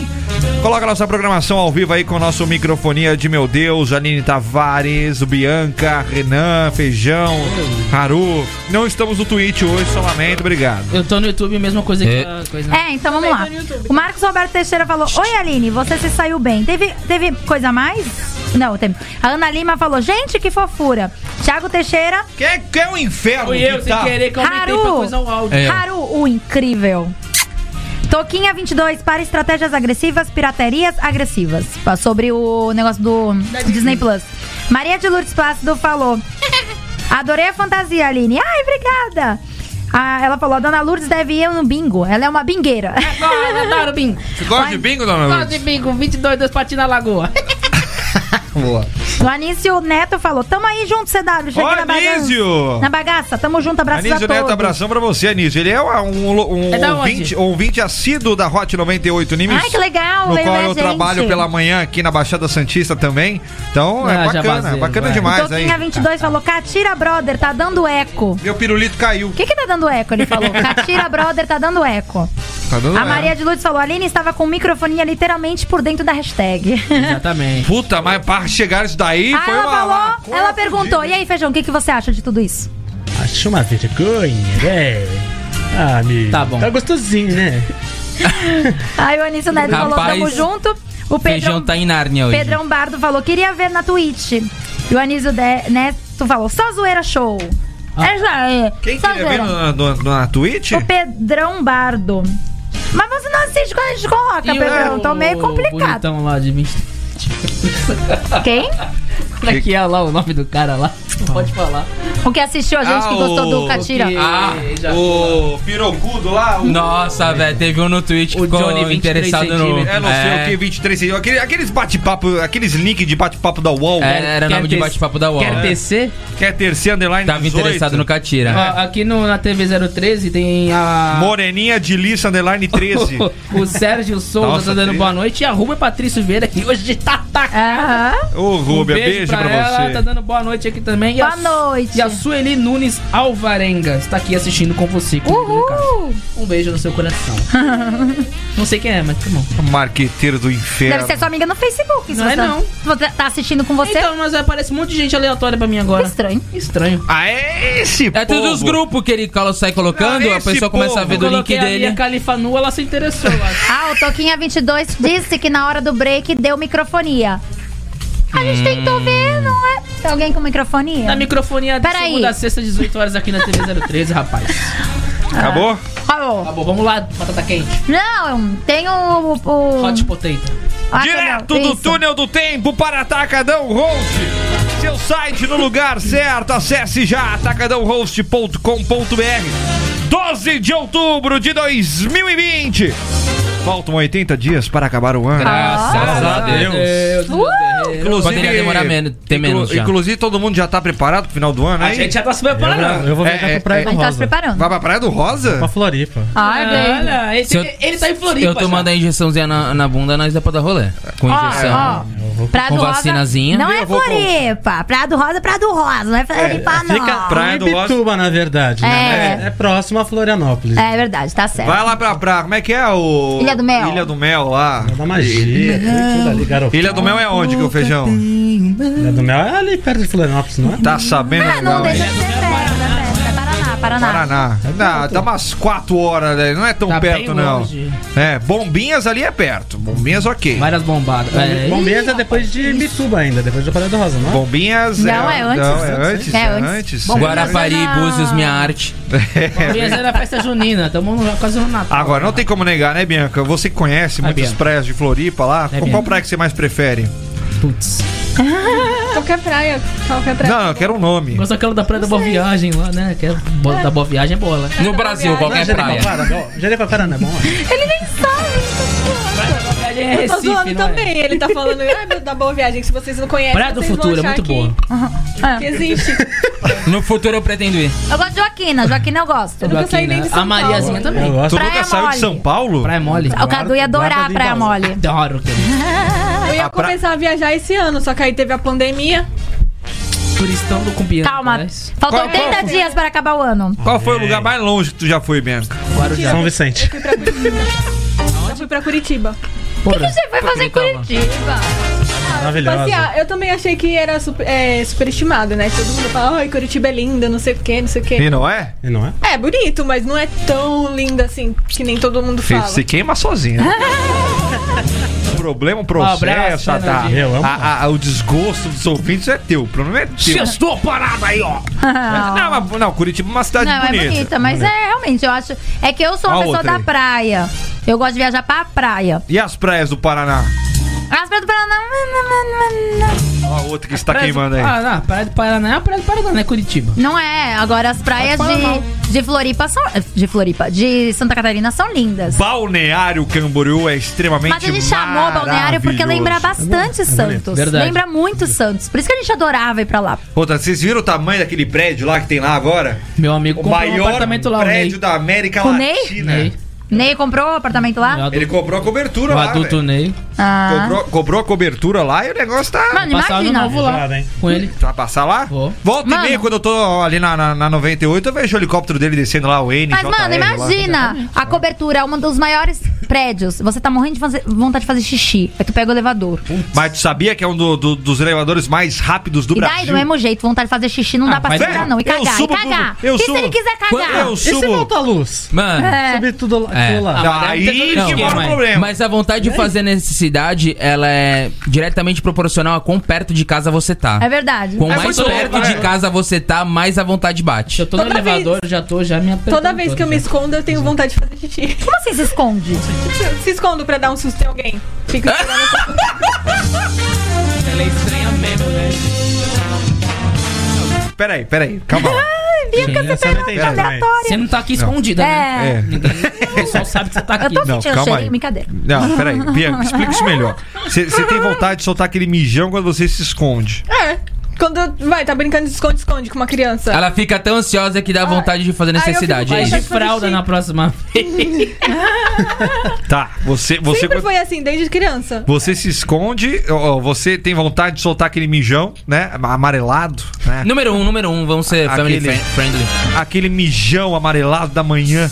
S4: Coloca nossa programação ao vivo aí com nosso microfonia de meu Deus, Janine Tavares, o Bianca, Renan, Feijão, Haru. Não estamos no Twitch hoje, só lamento, obrigado.
S9: Eu tô no YouTube, mesma coisa que
S7: É.
S9: a coisa.
S3: É, então vamos lá. O Marcos Roberto Teixeira falou: Oi, Aline, você se saiu bem. Teve, teve coisa a mais? Não, tem. A Ana Lima falou: Gente, que fofura. Thiago Teixeira,
S4: Que é, que é um inferno
S5: Fui
S4: que
S5: eu, sem
S4: tá.
S5: querer, que eu aumentei
S3: Haru.
S5: pra coisa o áudio.
S7: É.
S3: Haru, o incrível. Toquinha 22 para estratégias agressivas, piraterias agressivas. Pa- Sobre o negócio do Disney Plus. Maria de Lourdes Plácido falou: Adorei a fantasia, Aline. Ai, obrigada. Ah, ela falou: A dona Lourdes deve ir no bingo. Ela é uma bingueira.
S9: Ah, Adoro bingo.
S4: Você gosta de bingo, dona
S9: Gosto
S4: Lourdes?
S9: de bingo, 22, dois patins na lagoa.
S4: Boa.
S3: O Anísio Neto falou: Tamo aí junto, CW. Cheguei
S4: Ó,
S3: na bagaça.
S4: Anísio!
S3: Na bagaça, tamo junto, abraço a
S4: Anísio
S3: todos.
S4: Neto, abração pra você, Anísio. Ele é um, um,
S9: É da onde?
S4: ouvinte, ouvinte assíduo da Hot 98 Nimes.
S3: Ai, que legal,
S4: No
S3: veio
S4: qual
S3: ver a
S4: eu
S3: gente.
S4: trabalho pela manhã aqui na Baixada Santista também. Então é
S9: Ah,
S4: bacana,
S9: jabazeiro,
S4: bacana
S9: vai.
S4: demais aí.
S3: Toquinha 22 falou: Catira Brother, tá dando eco.
S4: Meu pirulito caiu.
S3: O que que tá dando eco? Ele falou: Catira Brother, tá dando eco.
S4: Tá dando
S3: A
S4: merda.
S3: Maria de Lourdes falou: Aline estava com microfonia literalmente por dentro da hashtag.
S9: Exatamente.
S4: Puta, mas pra chegar isso daí
S3: Aí
S4: foi
S3: Ah, ela
S4: uma- uma
S3: falou,
S4: coisa
S3: ela perguntou: E aí, Feijão, o que, que você acha de tudo isso?
S8: Acho uma vergonha, velho. né? Ah, amigo.
S7: Tá bom.
S8: Tá gostosinho, né?
S3: Aí o Anísio Neto falou,
S7: Rapaz,
S3: tamo junto. O
S7: Feijão
S3: Pedrão,
S7: tá em Nárnia hoje.
S3: Pedrão Bardo falou, queria ver na Twitch. E o Anísio De- Neto falou, só zoeira show. É, já é.
S4: Quem
S3: só
S4: que ver na, na, na Twitch?
S3: O Pedrão Bardo. Mas você não assiste quando a gente coloca,
S5: E o-
S3: tá Pedrão. Tô meio complicado.
S5: Bonitão lá de mim.
S3: Quem?
S5: Como é que é lá o nome do cara lá? Não pode falar.
S3: O que assistiu a gente
S7: Ah,
S3: que gostou
S7: o-
S3: do Catira?
S5: que-
S7: Ah,
S5: Já-
S4: o pirocudo lá, o...
S7: Nossa, velho, teve um no Twitch que
S5: O
S7: ficou
S5: Johnny, 23
S7: interessado no.
S5: centímetros.
S4: É, não sei o que, 23 centímetros. Aquele- Aqueles bate-papo, aqueles link de bate-papo da UOL.
S7: É, era o
S5: Quer
S7: nome de
S5: ter-
S7: bate-papo da UOL.
S5: Quer tecer?
S4: Quer terceiro underline
S7: Tava
S4: 18.
S7: interessado no
S4: Ah.
S7: Catira.
S5: Ó, aqui no, na TV 013 tem a.
S4: Moreninha de Lissa underline 13.
S5: o Sérgio Souza
S4: Nossa,
S5: tá dando
S4: tem.
S5: boa noite. E a Ruba Patrício Vieira que hoje tá atacando.
S3: Aham.
S4: Ô,
S7: Um
S4: Rubia, beijo, pra,
S5: ela,
S4: você.
S5: Tá dando boa noite aqui também. E
S3: Boa
S5: a-
S3: noite.
S5: E a Sueli Nunes Alvarenga está aqui assistindo com você. querido Ricardo.
S3: Uhul.
S5: Um beijo no seu coração. não sei quem é, mas tá bom.
S4: Marqueteiro do inferno.
S3: Deve ser sua amiga no Facebook. se
S5: Não é
S3: você-
S5: não.
S3: se Você tá assistindo com você?
S5: Então, mas aparece um monte de gente aleatória pra mim
S3: Que
S5: agora.
S3: Estranho.
S5: Estranho.
S4: Ah, é esse
S7: É tudo os grupos que ele colo- sai colocando,
S4: Ah,
S7: a
S4: esse
S7: pessoa começa a
S4: povo.
S7: ver do link
S5: Coloquei ali
S7: dele.
S5: A Califa Nua, ela se interessou, eu acho.
S3: Ah, o Toquinha22 disse que na hora do break deu microfonia. A gente tentou ver, não é? Tem alguém com microfonia?
S5: Na microfonia de
S3: Peraí.
S5: segunda a sexta, 18 horas aqui na TV 013, rapaz.
S4: Acabou?
S5: Tá
S3: Alô?
S5: bom, vamos lá, batata quente.
S3: Não, tem o... o
S5: Hot potato.
S3: Ah,
S4: Direto
S3: não,
S4: do
S3: isso.
S4: túnel do tempo para Atacadão Host. Seu site no lugar certo. Acesse já atacadãohost.com.br. 12 de outubro de 2020. Faltam 80 dias para acabar o ano.
S7: Graças a Deus. Uh! Poderia demorar menos, ter
S4: inclu-
S7: menos já.
S4: Inclusive, todo mundo já tá preparado pro final do ano,
S5: A
S4: hein?
S5: gente já tá se preparando.
S8: Eu vou
S4: É,
S8: viajar
S4: é,
S8: pra Praia
S4: é.
S3: A
S8: do
S3: gente tá se
S8: Rosa.
S3: preparando.
S4: Vai pra Praia do
S8: Pra
S4: Rosa?
S8: Floripa.
S3: Ai, bem.
S5: Olha, esse-
S7: Se eu-
S5: ele tá em Floripa.
S7: Eu
S5: já.
S7: tomando a injeçãozinha na, na bunda, nós dá pra dar rolê. Com injeção.
S3: Ó, ó, Prado
S7: com
S3: Rosa
S7: vacinazinha.
S3: não
S4: Eu
S3: é
S4: vou com-
S3: Floripa. Prado Rosa, Prado Rosa. Não é Floripa,
S8: Ah,
S3: não.
S8: Fica
S4: Praia
S8: Praia
S4: do Rosa.
S8: é na verdade. né?
S3: É.
S8: É, é próximo a Florianópolis.
S3: É verdade, tá certo.
S4: Vai lá pra praia. Como é que é o.
S3: Ilha do Mel.
S4: Ilha do Mel lá.
S8: É Da magia, tudo ali, garoto.
S4: Ilha do Mel é onde que o feijão?
S8: Ilha do Mel é ali perto de Florianópolis, não é?
S4: Tá sabendo?
S3: Ah, não,
S4: legal, hein?
S3: deixa de ser festa, festa. É Paraná, Paraná.
S4: Paraná.
S3: Tá
S4: Não, dá umas 4 horas, né? não é tão
S5: Tá bem
S4: perto, não.
S5: longe.
S4: É, bombinhas ali é perto. Bombinhas, ok.
S5: Várias bombadas. É,
S8: Bom, mesmo é depois de Bituba ainda, depois da Praia do Rosa, não é?
S4: Bombinhas
S3: Não, é antes.
S4: Não, é antes.
S3: É
S4: É
S3: antes.
S4: antes.
S3: Bom,
S4: é.
S7: Guarapari,
S3: Não.
S7: Búzios, Minha Arte.
S5: Minhas era festa junina, tamo no, quase no Natal.
S4: Agora, não tem como negar, né, Bianca? Você que conhece muitas
S5: Bianca. Né,
S4: praias de Floripa lá. qual
S5: Bianca.
S4: praia que você mais prefere?
S5: Putz.
S6: Qualquer praia, qualquer praia.
S4: Não, eu quero um nome.
S5: Mas aquela da Praia da Boa Viagem lá, né? Que é bo- da Boa Viagem é bola.
S7: No Brasil,
S8: Não é
S7: qualquer praia.
S8: Jericoacoara, não? Jericoacoara não é bom?
S6: Ele nem sabe.
S5: Praia é
S6: Eu tô
S5: Recife,
S6: zoando
S5: não é?
S6: também. Ele tá falando, ai, meu, da boa viagem, que se vocês não conhecem.
S5: Praia do
S6: vocês vão
S5: Futuro, é
S6: achar
S5: muito
S6: que-
S5: boa.
S6: Que existe.
S7: No futuro eu pretendo ir.
S3: Eu gosto de Joaquina, Joaquina eu gosto.
S6: Eu nunca saí nem de São
S5: A Mariazinha
S6: Paulo.
S5: também.
S8: gosto.
S4: Tu
S3: Praia
S4: nunca saiu de
S3: Mole.
S4: São Paulo?
S5: Praia mole.
S3: O Cadu ia adorar a
S8: guarda de
S3: Praia
S8: Itaú.
S3: Mole.
S5: Adoro, cara.
S6: Eu ia
S5: Ah,
S4: A pra-
S6: começar a viajar esse ano, só que aí teve a pandemia.
S5: Turistão do Cumbiano.
S3: Calma,
S5: parece.
S3: faltam
S4: Qual- qual-
S3: 80 dias para acabar o ano.
S4: Qual foi o lugar mais longe que tu já foi, Bianca?
S5: Guarujá.
S8: São Vicente.
S6: Fui pra Curitiba. Eu fui pra Curitiba.
S3: O que você foi fazer em
S7: Curitiba.
S3: Curitiba?
S8: Maravilhosa.
S6: Passear. assim, ah, Eu também achei que era super, é, superestimado, né? Todo mundo fala, ai, Curitiba é linda, não sei o que, não sei o
S4: E
S6: que.
S4: não é?
S8: E não é?
S6: É bonito, mas não é tão linda assim, que nem todo mundo fala.
S4: Se queima sozinho. Problema, o processo,
S5: né? Um abraço,
S4: a- a-
S8: Fernandinho. Eu amo.
S4: a- a- o desgosto dos ouvintes é teu. O problema é teu.
S12: Sextou parada aí, ó.
S4: Não, mas- não, Curitiba é uma cidade
S3: Não,
S4: bonita.
S3: é bonita, mas é realmente, eu acho. É que eu sou uma
S4: Qual
S3: pessoa
S4: outra
S3: da
S4: aí?
S3: praia. Eu gosto de viajar pra praia.
S4: E as praias do Paraná?
S3: As praias do Paraná.
S4: Ó, a outra que está
S5: Praia do-
S4: queimando aí.
S5: Ah, não, Praia do Paraná é a Praia do Paraná, não é Curitiba.
S3: Não é, agora as praias
S5: Pode falar,
S3: de, de Floripa são. De Floripa, de Santa Catarina são lindas.
S4: Balneário Camboriú é extremamente
S3: Mas a gente chamou Balneário porque
S4: maravilhoso. É
S3: lembra bastante Santos.
S5: Verdade.
S3: Lembra muito Santos. Por isso que a gente adorava ir pra lá.
S4: Outra, vocês viram o tamanho daquele prédio lá que tem lá agora?
S5: Meu amigo
S4: O
S5: comprou um
S4: maior
S5: apartamento lá, o
S4: prédio
S5: Ney.
S4: da América
S3: O Ney?
S4: Latina.
S5: Ney.
S3: Ney comprou o apartamento lá?
S4: Ele comprou a cobertura
S5: O
S4: lá.
S5: adulto
S4: velho.
S5: Ney.
S3: Ah.
S4: Comprou, comprou a cobertura lá e o negócio tá.
S3: Mano,
S5: Passar ano
S3: imagina.
S5: novo lá.
S8: Pesado, hein?
S5: Com ele.
S4: Vai passar lá?
S5: Vou.
S4: Volta
S3: Mano.
S4: e meia, quando eu tô ali na, na, na 98, eu vejo o helicóptero dele descendo lá, o N.
S3: Mas, mano, imagina a cobertura, é um dos maiores prédios. Você tá morrendo de fazer- vontade de fazer xixi. Aí tu pega o elevador.
S4: Mas tu sabia que é um do- do- dos elevadores mais rápidos do
S3: E daí, é
S4: Brasil?
S3: do mesmo jeito, vontade de fazer xixi não dá pra
S5: mas
S3: segurar,
S4: velho,
S3: não. E
S4: Ah, eu
S3: cagar, e
S4: subo
S3: cagar.
S4: pro- eu
S3: e se
S4: subo-
S3: ele quiser cagar?
S4: Eu
S8: E se
S4: subo.
S8: volta a luz? Tá.
S7: Mano.
S3: É.
S8: Subir tudo lá.
S5: É.
S8: aquilo lá.
S4: Ah, Aí
S7: deve ter todo
S4: que
S7: esquema,
S4: mora o
S7: mas-
S4: problema.
S7: Mas a vontade de fazer necessidade, ela é diretamente proporcional a quão perto de casa você tá.
S3: É verdade.
S7: Quanto
S13: É
S7: mais
S13: muito
S7: perto
S13: louco,
S7: de
S13: né?
S7: casa você tá, mais a vontade bate.
S5: Eu tô no
S6: Toda vez-
S5: elevador, já tô já me apertando
S6: Toda vez que eu me escondo, eu tenho vontade de fazer xixi.
S3: Como assim se esconde?
S6: Se escondo pra dar um susto em alguém. Fico esperando.
S5: Ela é estranha mesmo, né?
S4: Peraí, peraí, calma lá.
S8: Essa eu
S3: tá
S8: não entendi, mas-
S5: Você não tá aqui escondida, né?
S3: É.
S4: É.
S5: O pessoal sabe que você tá
S3: Eu
S5: aqui.
S3: tô
S4: Não,
S3: sentindo
S4: calma
S3: cheirinho,
S4: aí.
S3: brincadeira.
S4: Não, peraí, Bianca, explica isso melhor. Você tem vontade de soltar aquele mijão quando você se esconde.
S6: É. Quando vai, tá brincando de esconde-esconde com uma criança.
S7: Ela fica tão ansiosa que dá vontade de fazer
S6: eu fico
S7: necessidade. é
S5: Vai
S7: isso.
S5: de fralda na próxima
S4: Tá, você. você
S6: Sempre foi assim, desde criança.
S4: Você se esconde, ó, ó, você tem vontade de soltar aquele mijão, né? Amarelado, né?
S7: Número um, número um, vamos ser family
S4: Aquele-
S7: fri- friendly.
S4: Aquele mijão amarelado da manhã,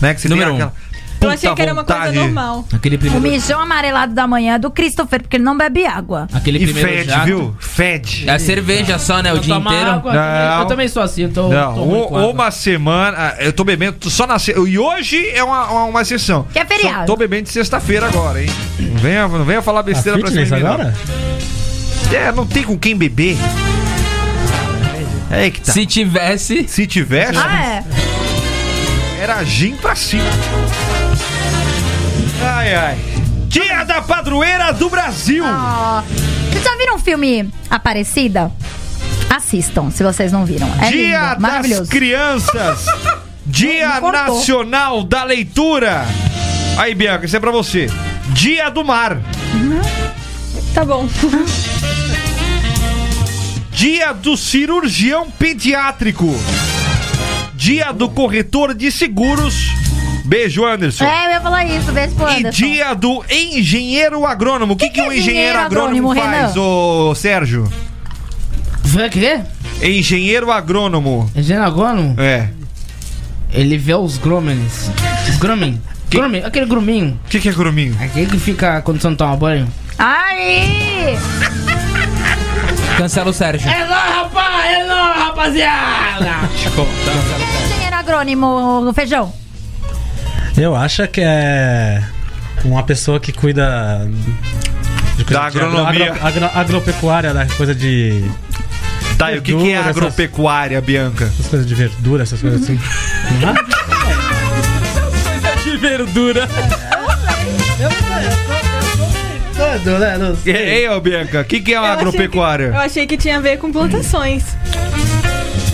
S4: né? Que você
S7: Número
S4: tem
S7: um.
S4: aquela.
S6: Eu achei
S4: puta
S6: que era uma coisa
S4: vontade.
S6: normal.
S5: Aquele
S3: O
S5: primeiro,
S3: mijão amarelado da manhã é do Christopher, porque ele não bebe água.
S5: aquele
S4: E
S5: primeiro
S4: fede,
S5: jato.
S4: viu? Fede.
S7: É a cerveja só, né? O
S5: Eu
S7: dia
S5: tomo
S7: inteiro.
S5: água,
S4: Não.
S5: Eu também sou assim, eu tô,
S4: Não,
S5: tô ruim
S4: ou,
S5: com água.
S4: ou uma semana. ah, Eu tô bebendo só na. se- E hoje é uma, uma, uma exceção.
S3: Que é feriado.
S4: Só tô bebendo de sexta-feira agora, hein? Não venha, não venha falar
S8: A
S4: besteira pra cima
S8: fitness
S4: de mim, não.
S8: agora?
S4: É, não tem com quem beber. É aí que tá. Se,
S7: Se tivesse.
S4: tivesse,
S3: Ah, é?
S4: era gin pra cima. Ai, ai. Dia da Padroeira do Brasil.
S3: Ó. Vocês já viram o filme Aparecida? Assistam, se vocês não viram. É
S4: Dia
S3: lindo,
S4: das
S3: maravilhoso.
S4: Crianças. Dia
S3: Me cortou.
S4: Nacional da Leitura. Aí, Bianca, isso é pra você. Dia do Mar.
S6: Tá bom.
S4: Dia do cirurgião pediátrico. Dia do corretor de seguros. Beijo, Anderson.
S3: É, eu ia falar isso, beijo pro
S4: E
S3: Anderson.
S4: dia do engenheiro agrônomo. O que, que,
S3: que
S4: um
S3: é
S4: engenheiro
S3: engenheiro
S4: agrônomo,
S3: agrônomo,
S4: faz, ô Sérgio?
S5: Vê o quê?
S4: Engenheiro agrônomo.
S5: Engenheiro agrônomo?
S4: É.
S5: Ele vê os gromens. Os gromen. Gromen, aquele gruminho.
S4: O que, que é grominho?
S5: Aquele que fica quando você não toma banho.
S3: Aí!
S7: Cancela o Sérgio.
S5: É lá, rapaz! É lá, rapaziada!
S3: é Engenheiro agrônimo, feijão.
S8: Eu acho que é uma pessoa que cuida de
S4: Da agronomia.
S8: agro- agro- agropecuária, da coisa de
S4: Tá, e o que, que é
S8: Verduras, essas-
S4: agropecuária, Bianca?
S8: essas coisas de verdura, essas coisas
S4: Uhum.
S8: assim. é? Ah,
S7: De verdura.
S8: Tudo, né? Não sei.
S4: Ei, ô Bianca, o que, que é
S6: Eu achei
S4: agropecuária?
S6: que- eu achei que tinha a ver com plantações.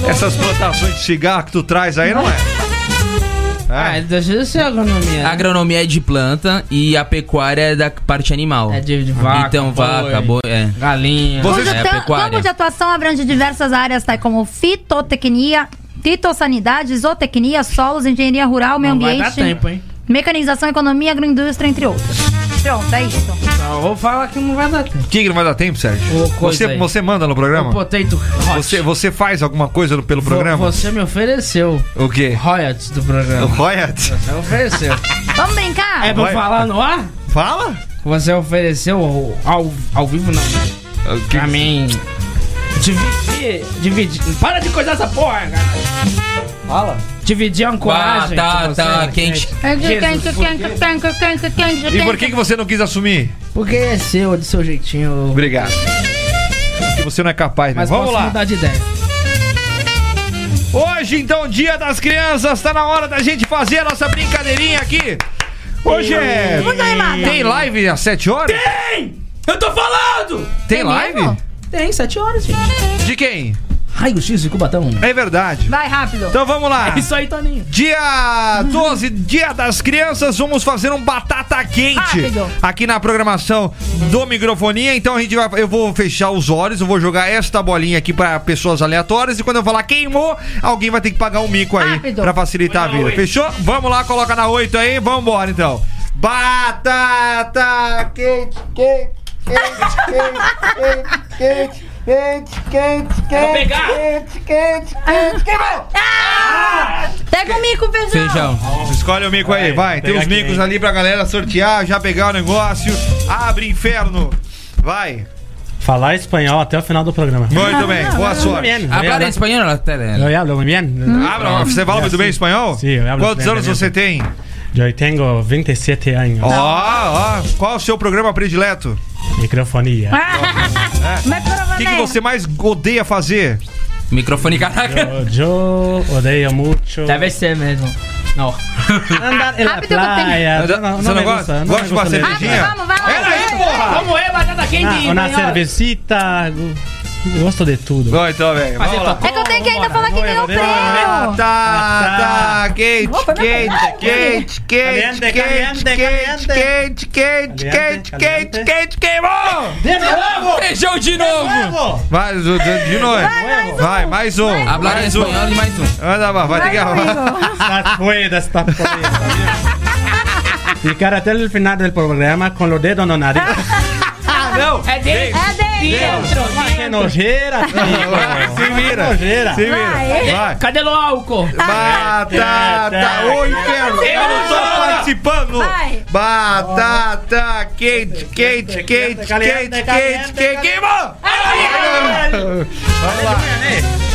S4: Essas plantações de cigarro que tu traz aí não é.
S5: Ah,
S4: É.
S5: deixa eu ser agronomia. né?
S7: A agronomia é de planta e a pecuária é da parte animal.
S5: É de, de vaca.
S7: então, vaca,
S5: boi,
S7: boi, é.
S5: Galinha.
S4: Você- Vocês-
S3: Cujo
S7: É,
S3: tam-
S7: pecuária.
S3: campo de atuação abrange diversas áreas, tais como fitotecnia, fitossanidade, zootecnia, solos, engenharia rural, meio
S5: Não vai
S3: ambiente,
S5: dar tempo, hein?
S3: mecanização, economia, agroindústria, entre outros. Pronto, é isso.
S5: Só vou falar que não vai dar tempo.
S4: O que, que não vai dar tempo, Sérgio?
S5: Ô, coisa
S4: Você,
S5: aí.
S4: você manda no programa?
S5: O potato hot.
S4: Você, você faz alguma coisa no- pelo
S5: Vo-
S4: programa?
S5: Você me ofereceu
S4: O quê?
S5: royalties do
S4: O
S5: programa.
S4: Royat?
S5: Você ofereceu.
S3: Vamos brincar?
S5: é pra eu
S4: Vai.
S5: falar no ar?
S4: Fala?
S5: Você ofereceu ao, ao, ao vivo, não.
S4: O que-
S5: Pra mim. Dividir. Dividir. Para de coisar essa porra, cara. Fala. Dividir a
S7: Ah,
S5: ancoragem.
S7: tá,
S5: com
S7: tá,
S5: você.
S7: quente.
S5: É Jesus, por
S4: E por que, que você não quis assumir?
S5: Porque é seu, do seu jeitinho.
S4: Obrigado. Que você não é capaz, né?
S5: Mas
S4: Vamos
S5: posso
S4: lá.
S5: mudar de ideia.
S4: Hoje, então, dia das crianças, tá na hora da gente fazer a nossa brincadeirinha aqui. Hoje é.
S3: Muito animada.
S4: Tem live às 7 horas?
S13: Eu tô falando!
S4: Tem, live?
S3: mesmo?
S5: Tem, sete horas, gente.
S4: De quem?
S9: Raio X de Cubatão.
S4: É verdade.
S3: Vai rápido.
S4: Então vamos lá.
S5: É isso aí, Toninho.
S4: Dia 12, dia das crianças, vamos fazer um batata quente
S3: Rápido.
S4: aqui na programação do microfonia. Então a gente vai, eu vou fechar os olhos, eu vou jogar esta bolinha aqui para pessoas aleatórias e quando eu falar queimou, alguém vai ter que pagar um mico aí
S3: Rápido.
S4: para facilitar a
S5: Põe na
S4: vida.
S5: oito.
S4: Fechou? Vamos lá, coloca na 8 aí, vamos embora então. Batata quente, quente, quente, quente, quente, quente, quente,
S5: Vou pegar.
S4: quente, quente, quente, queimou!
S3: Pega o mico, feijão.
S7: Feijão.
S4: Escolhe o mico aí, vai. Tem
S8: pegar
S4: os
S8: aqui,
S4: micos
S8: hein?
S4: ali pra galera sortear, já pegar o negócio. Abre inferno. Vai.
S8: Falar espanhol até o final do programa.
S4: Muito bem, boa sorte.
S8: Bien,
S7: Hablar em
S8: bien.
S7: espanhol, é. Laterena.
S8: Eu hablo muy bien.
S4: Abra, você fala muito bem espanhol?
S8: Sim, eu hablo
S4: Quantos
S8: bem,
S4: anos
S8: bem.
S4: você tem?
S8: Eu tenho 27 anos.
S4: Ó, ó, qual o seu programa predileto?
S8: Microfonia.
S4: Ah. O que, que
S3: Mas provavelmente.
S4: você mais odeia fazer?
S7: Microfone, caraca.
S8: Eu, eu odeio muito.
S5: Tá
S9: Deve ser mesmo. Não.
S8: Andar em la
S3: Rápido que eu tenho.
S8: playa.
S4: Você não
S8: me
S4: gosta? Gosta
S8: gusta,
S4: de uma
S8: gusta leer.
S4: cervejinha?
S3: Vamos, vamos, vai lá.
S4: Pera aí, porra!
S5: Vamos ver, batata quente.
S8: Ah,
S5: hein,
S8: Uma
S5: Manhola?
S8: cervecita. go- Gosto de tudo.
S4: Bom, então, velho, vamos lá.
S3: É que eu tenho que ainda falar que ganhou o
S8: Vamos,
S3: prêmio.
S4: Batata tá. quente,
S3: Opa, meu
S4: quente, quente, quente,
S8: tá Caliente,
S4: quente,
S8: caliente,
S4: quente, quente, quente,
S8: Caliente,
S4: quente,
S8: caliente.
S4: quente, queimou!
S7: Feijão de novo.
S4: Vai, de de novo.
S3: mais um.
S4: Vai, mais um.
S7: Hablar em
S4: Mais um.
S7: espanhol e mais um.
S4: Anda, vai, vai ter que arrumar.
S8: Está fuera, está fuera. Ficar até o final do programa com o dedo no nariz.
S4: Ah, não!
S5: É dele.
S3: É dele.
S8: Que nojeira, filho.
S4: Se vira.
S8: Nojeira.
S4: Se vira.
S3: Vai.
S4: Vai. tá,
S5: Cadê o álcool?
S4: Batata, ô inferno! Eu não tô participando!
S3: Vai.
S4: Batata, quente, quente, quente, quente,
S8: Caliente,
S4: quente,
S8: caliente,
S4: quente, queimou! Vai lá.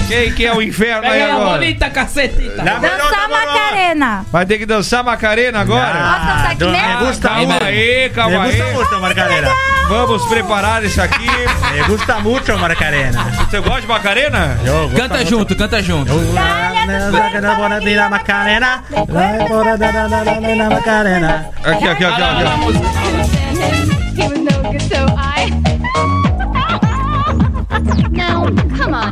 S4: Quem que é o inferno aí
S5: Pega a
S4: agora?
S5: bolita, cacetita.
S3: Dançar Macarena.
S4: Vai ter que dançar Macarena agora?
S3: Posso dançar aqui mesmo?
S8: gusta
S4: Calma
S8: muito.
S4: tá aí, calma
S8: Ah, Me
S4: aí.
S8: gusta muito, Macarena.
S4: Vamos preparar isso aqui.
S8: Me gusta muito, Macarena.
S4: Você gosta de Macarena?
S8: Eu gosto
S7: Canta
S8: muito.
S7: junto, canta junto.
S4: Aqui, aqui, aqui,
S5: Olha lá a
S4: aqui.
S5: música.
S2: No, come on.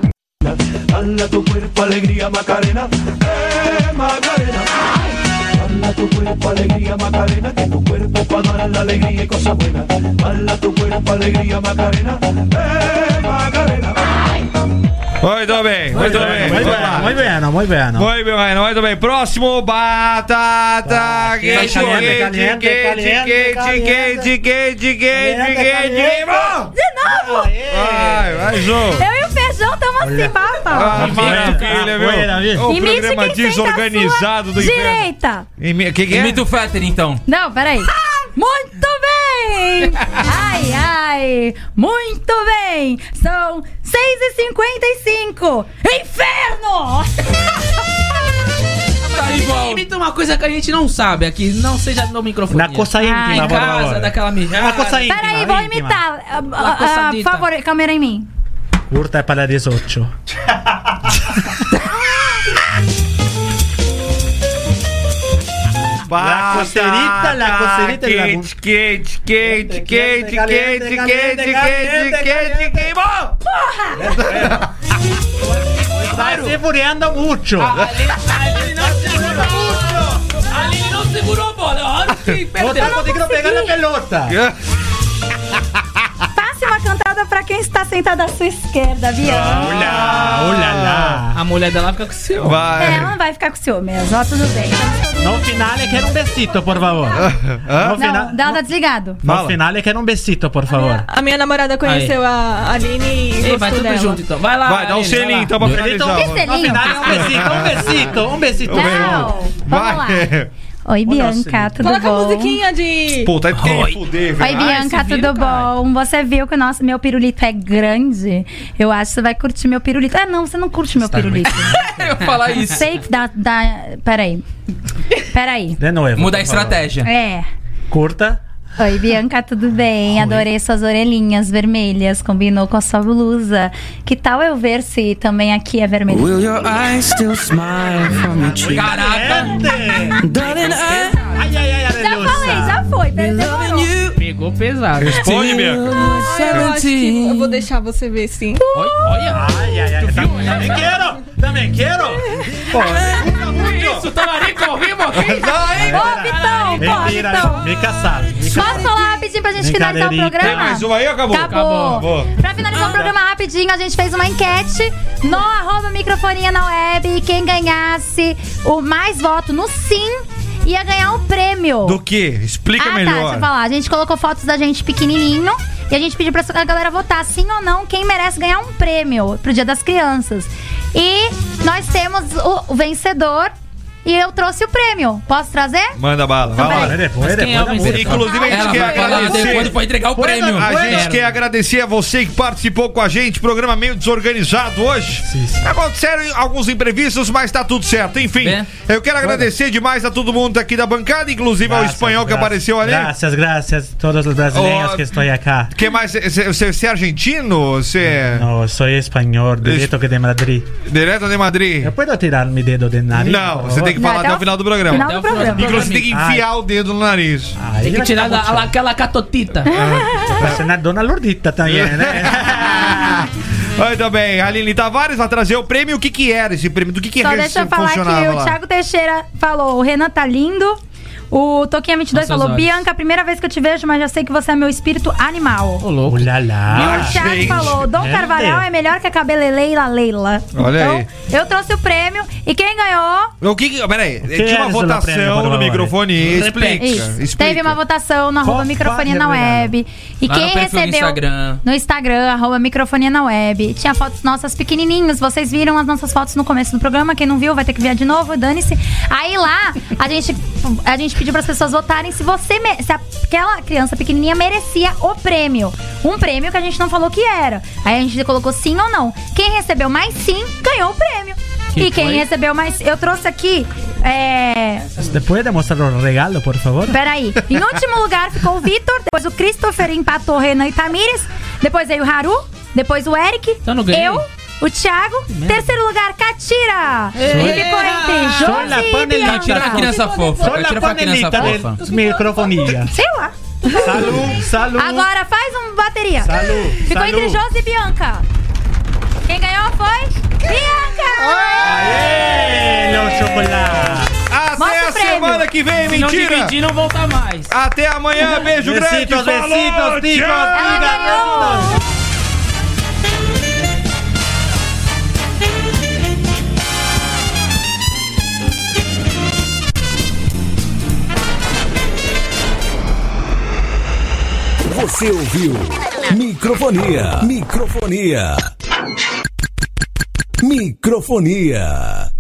S10: Dala tu cuerpo alegría Macarena, eh Macarena. Dala tu cuerpo alegría Macarena, que tu cuerpo es para dar la alegría y cosas buenas. Dala tu cuerpo alegría Macarena, eh Macarena.
S4: Muito bem, muito bem.
S8: Muito
S4: Vamos
S8: bem,
S4: lá.
S8: muito bem, muito bem.
S4: Muito bem, Rainan, muito bem. Próximo, batata quente,
S8: Ah,
S4: quente,
S8: caliente, caliente,
S4: quente,
S8: caliente,
S4: quente, quente, quente, quente,
S8: Caliente,
S4: quente, irmão!
S3: De novo.
S4: é. Vai, mais um.
S3: Eu e o feijão estamos assim,
S4: Ah,
S3: baba.
S4: maravilha,
S8: Poeira,
S4: viu?
S8: viu?
S4: O
S3: Imite
S4: programa
S3: quem senta à
S4: desorganizado
S3: sua
S4: do inferno.
S3: Direita.
S4: Imi- Que que é?
S7: Imita o Fetter, então.
S3: Não, peraí. Muito bem! Ai, ai! Muito bem! São 6h55! Inferno!
S7: Tá igual.
S9: Imita uma coisa que a gente não sabe aqui, não seja no microfone.
S8: Na coça íntima,
S9: em
S8: bora, bora,
S9: casa,
S8: bora.
S9: daquela mijada.
S8: Na coça íntima.
S3: Peraí, vou
S8: íntima.
S3: imitar. Ah, ah, ah,
S9: coçadita.
S3: Por favor, câmera em mim.
S8: Curta é para 18.
S4: Batata
S8: cocerita, la cocerita de la
S4: Quente, quente, quente, quente,
S8: Caliente, caliente,
S4: quente, quente,
S8: caliente,
S4: quente,
S8: caliente,
S4: quente,
S8: caliente.
S4: queimou!
S8: Vai se furiando muito.
S5: Ali, ali não segurou muito. Ali ele não segurou a bola. Olha o que perdeu.
S8: Outra conseguiu pegar na pelota.
S3: Passe uma cantada pra quem está sentado à sua esquerda, Bianca.
S8: Olha, olha lá.
S9: A mulher dela fica com o seu.
S3: É,
S4: Vai.
S3: ela não vai ficar com ciúme, ó, tudo bem.
S8: No final quero um besito, por favor.
S4: Ah.
S8: No
S3: Não,
S8: final,
S3: dá, dá desligado.
S8: no final quero um besito, por favor.
S6: A minha namorada conheceu a Aline e
S5: Ei,
S6: gostou
S5: vai tudo
S6: dela.
S5: junto então. Vai lá.
S4: Vai, dá um
S5: Aline, vai
S4: selinho
S5: lá.
S4: então pra
S8: Então,
S4: finalizar.
S3: Que
S8: No
S3: selinho?
S8: final um besito, um besito, um besito.
S3: Não, vamos lá.
S4: Vai.
S3: Oi,
S8: nossa,
S3: Bianca, tudo
S6: Coloca a
S3: bom?
S6: musiquinha de.
S4: Pô, tá de
S7: Oi.
S4: fuder,
S3: Oi,
S4: velho.
S3: Bianca,
S5: se vira,
S3: tudo
S5: cara.
S3: bom? Você viu que o nosso, meu pirulito é grande? Eu acho que você vai curtir meu pirulito. Ah, não, você não curte meu pirulito.
S7: Eu vou falar isso.
S3: Sei que dá, dá. Peraí. Peraí.
S8: De novo.
S7: Muda a
S8: por favor.
S7: estratégia.
S3: É.
S8: Curta.
S3: Oi, Bianca, tudo bem? Adorei suas orelhinhas vermelhas, combinou com a sua blusa. Que tal eu ver se também aqui é vermelho?
S9: Caraca!
S8: Caliente.
S9: Darling, I
S8: ai, ai, ai,
S3: Já
S8: Arelusa.
S3: falei, já foi. demorou.
S8: Pegou pesado.
S4: Responde, Bianca.
S6: Ah, eu acho que eu vou deixar você ver sim.
S8: Olha, olha. Ai, ai, ai. Também quero. Também quero.
S5: Isso, Tamarico, ao vivo aqui.
S3: Ô, Vitão, pô,
S8: Mentira.
S3: Vitão.
S8: Me caçaram. Me
S3: Posso falar rapidinho pra gente finalizar o
S8: Brincadeirinha.
S3: programa?
S8: Tem mais
S4: uma então aí, acabou.
S3: Acabou.
S4: Acabou. Ah.
S3: Pra finalizar o programa rapidinho, a gente fez uma enquete no arroba microfonia na web. Quem ganhasse o mais voto no sim ia ganhar o prêmio.
S4: Do que? Explica
S3: ah, tá, deixa
S4: melhor.
S3: eu falar. A gente colocou fotos da gente pequenininho e a gente pediu pra a galera votar sim ou não quem merece ganhar um prêmio pro Dia das Crianças. E nós temos o- o vencedor e eu trouxe o prêmio. Posso trazer?
S4: Manda bala, vai lá.
S8: É depois,
S14: Mas
S8: é
S14: quem é o
S8: depois.
S14: vencedor?
S4: Inclusive, a gente
S7: Ela
S4: quer
S7: vai falar
S4: agradecer.
S7: depois pra entregar o prêmio.
S4: A gente
S7: Espero.
S4: quer agradecer a você que participou com a gente, programa meio desorganizado hoje.
S8: Sim, sim.
S4: Aconteceram alguns imprevistos, mas tá tudo certo. Enfim,
S7: Bem.
S4: eu quero agradecer demais a todo mundo aqui da bancada, inclusive ao espanhol que
S8: gracias,
S4: apareceu ali.
S8: Gracias, gracias a todos os brasileiros
S4: Oh.
S8: que estão acá.
S4: Que mais? Você- Você você é argentino? Você é
S8: No, sou espanhol, direto que de Madrid.
S4: direto de Madrid?
S8: Eu posso tirar meu dedo de nariz?
S4: Não,
S8: por
S4: você
S8: favor?
S4: tem que falar
S3: Até
S4: até o
S3: o
S4: final do programa.
S3: Final
S7: Até
S3: do
S7: o final do
S3: programa.
S4: Inclusive, tem que enfiar o dedo no nariz.
S8: Aí
S5: Tem que
S8: vai
S5: tirar
S8: ficar
S5: da-
S8: bom.
S5: aquela catotita.
S8: Tá parecendo a Dona ¿eh? Lurdita também, né?
S4: Muito bem, Aline Tavares vai trazer o prêmio. O que que era esse prêmio? Do que que
S3: Só
S4: era
S3: deixa eu
S4: esse-
S3: falar
S4: funcionava
S3: que o
S4: lá?
S3: Thiago Teixeira falou, o Renan tá lindo. O Toquinha22
S7: Nossa,
S3: falou,
S7: os olhos.
S3: Bianca, primeira vez que eu te vejo, mas já sei que você é meu espírito animal.
S7: Ô, louco.
S8: Olha lá.
S3: e o Thiago
S4: gente.
S3: falou, Dom
S8: Meu
S3: Carvalhal
S8: Deus.
S3: é melhor que a cabeleleila Leila.
S4: Olha
S3: então,
S4: aí.
S3: eu trouxe o prêmio e quem ganhou...
S4: O que que... Peraí,
S8: que
S4: tinha
S8: era
S4: uma
S8: isso lá, prêmio,
S4: votação
S8: por
S4: no
S8: favor?
S4: microfone. Explica,
S3: Isso.
S4: explica.
S3: Teve uma votação no arroba
S8: Qual
S3: microfonia na
S8: vai,
S3: web. E
S7: Lá no
S3: quem
S7: perfil do
S3: recebeu.
S7: Instagram.
S3: No Instagram, arroba microfonia na web. Tinha fotos nossas pequenininhas. Vocês viram as nossas fotos no começo do programa. Quem não viu vai ter que ver de novo, dane-se. Aí lá, a gente, a gente pediu para as pessoas votarem se você me- se aquela criança pequenininha merecia o prêmio. Um prêmio que a gente não falou que era. Aí a gente colocou sim ou não. Quem recebeu mais sim ganhou o prêmio.
S7: Que
S3: e quem
S7: foi?
S3: recebeu mais. Eu trouxe aqui. É,
S8: Depois de mostrar o regalo, por favor.
S3: Peraí. Em último lugar ficou o Vitor, depois o Christopher empatou o Renan e Tamires, depois aí o Haru, depois o Eric,
S7: Eu Então não ganhei.
S3: eu, o Thiago, terceiro lugar, Katira. E ficou entre
S8: Só na
S3: Josi e
S8: panelita.
S7: Não, tira a
S3: Bianca.
S7: criança fofa.
S8: Só
S7: Tira
S8: la
S7: a criança
S8: panelita
S7: fofa.
S8: de microfonia.
S3: Sei lá.
S8: Salud, salud.
S3: Agora faz um bateria.
S8: Salud,
S3: Ficou
S8: salud.
S3: entre Josi e Bianca. Quem ganhou foi Bianca!
S8: Aê, eh, los chocolates.
S4: Até
S3: Mostra
S4: a
S3: o prêmio.
S4: semana que vem,
S5: Se não
S4: mentira!
S5: dividir, não volta mais.
S4: Até amanhã, beijo grande!
S8: Besitos,
S4: falou,
S8: besitos, ticos,
S4: tchau!
S3: Ela ganhou!
S15: Você ouviu? Microfonia. Microfonia. Microfonia.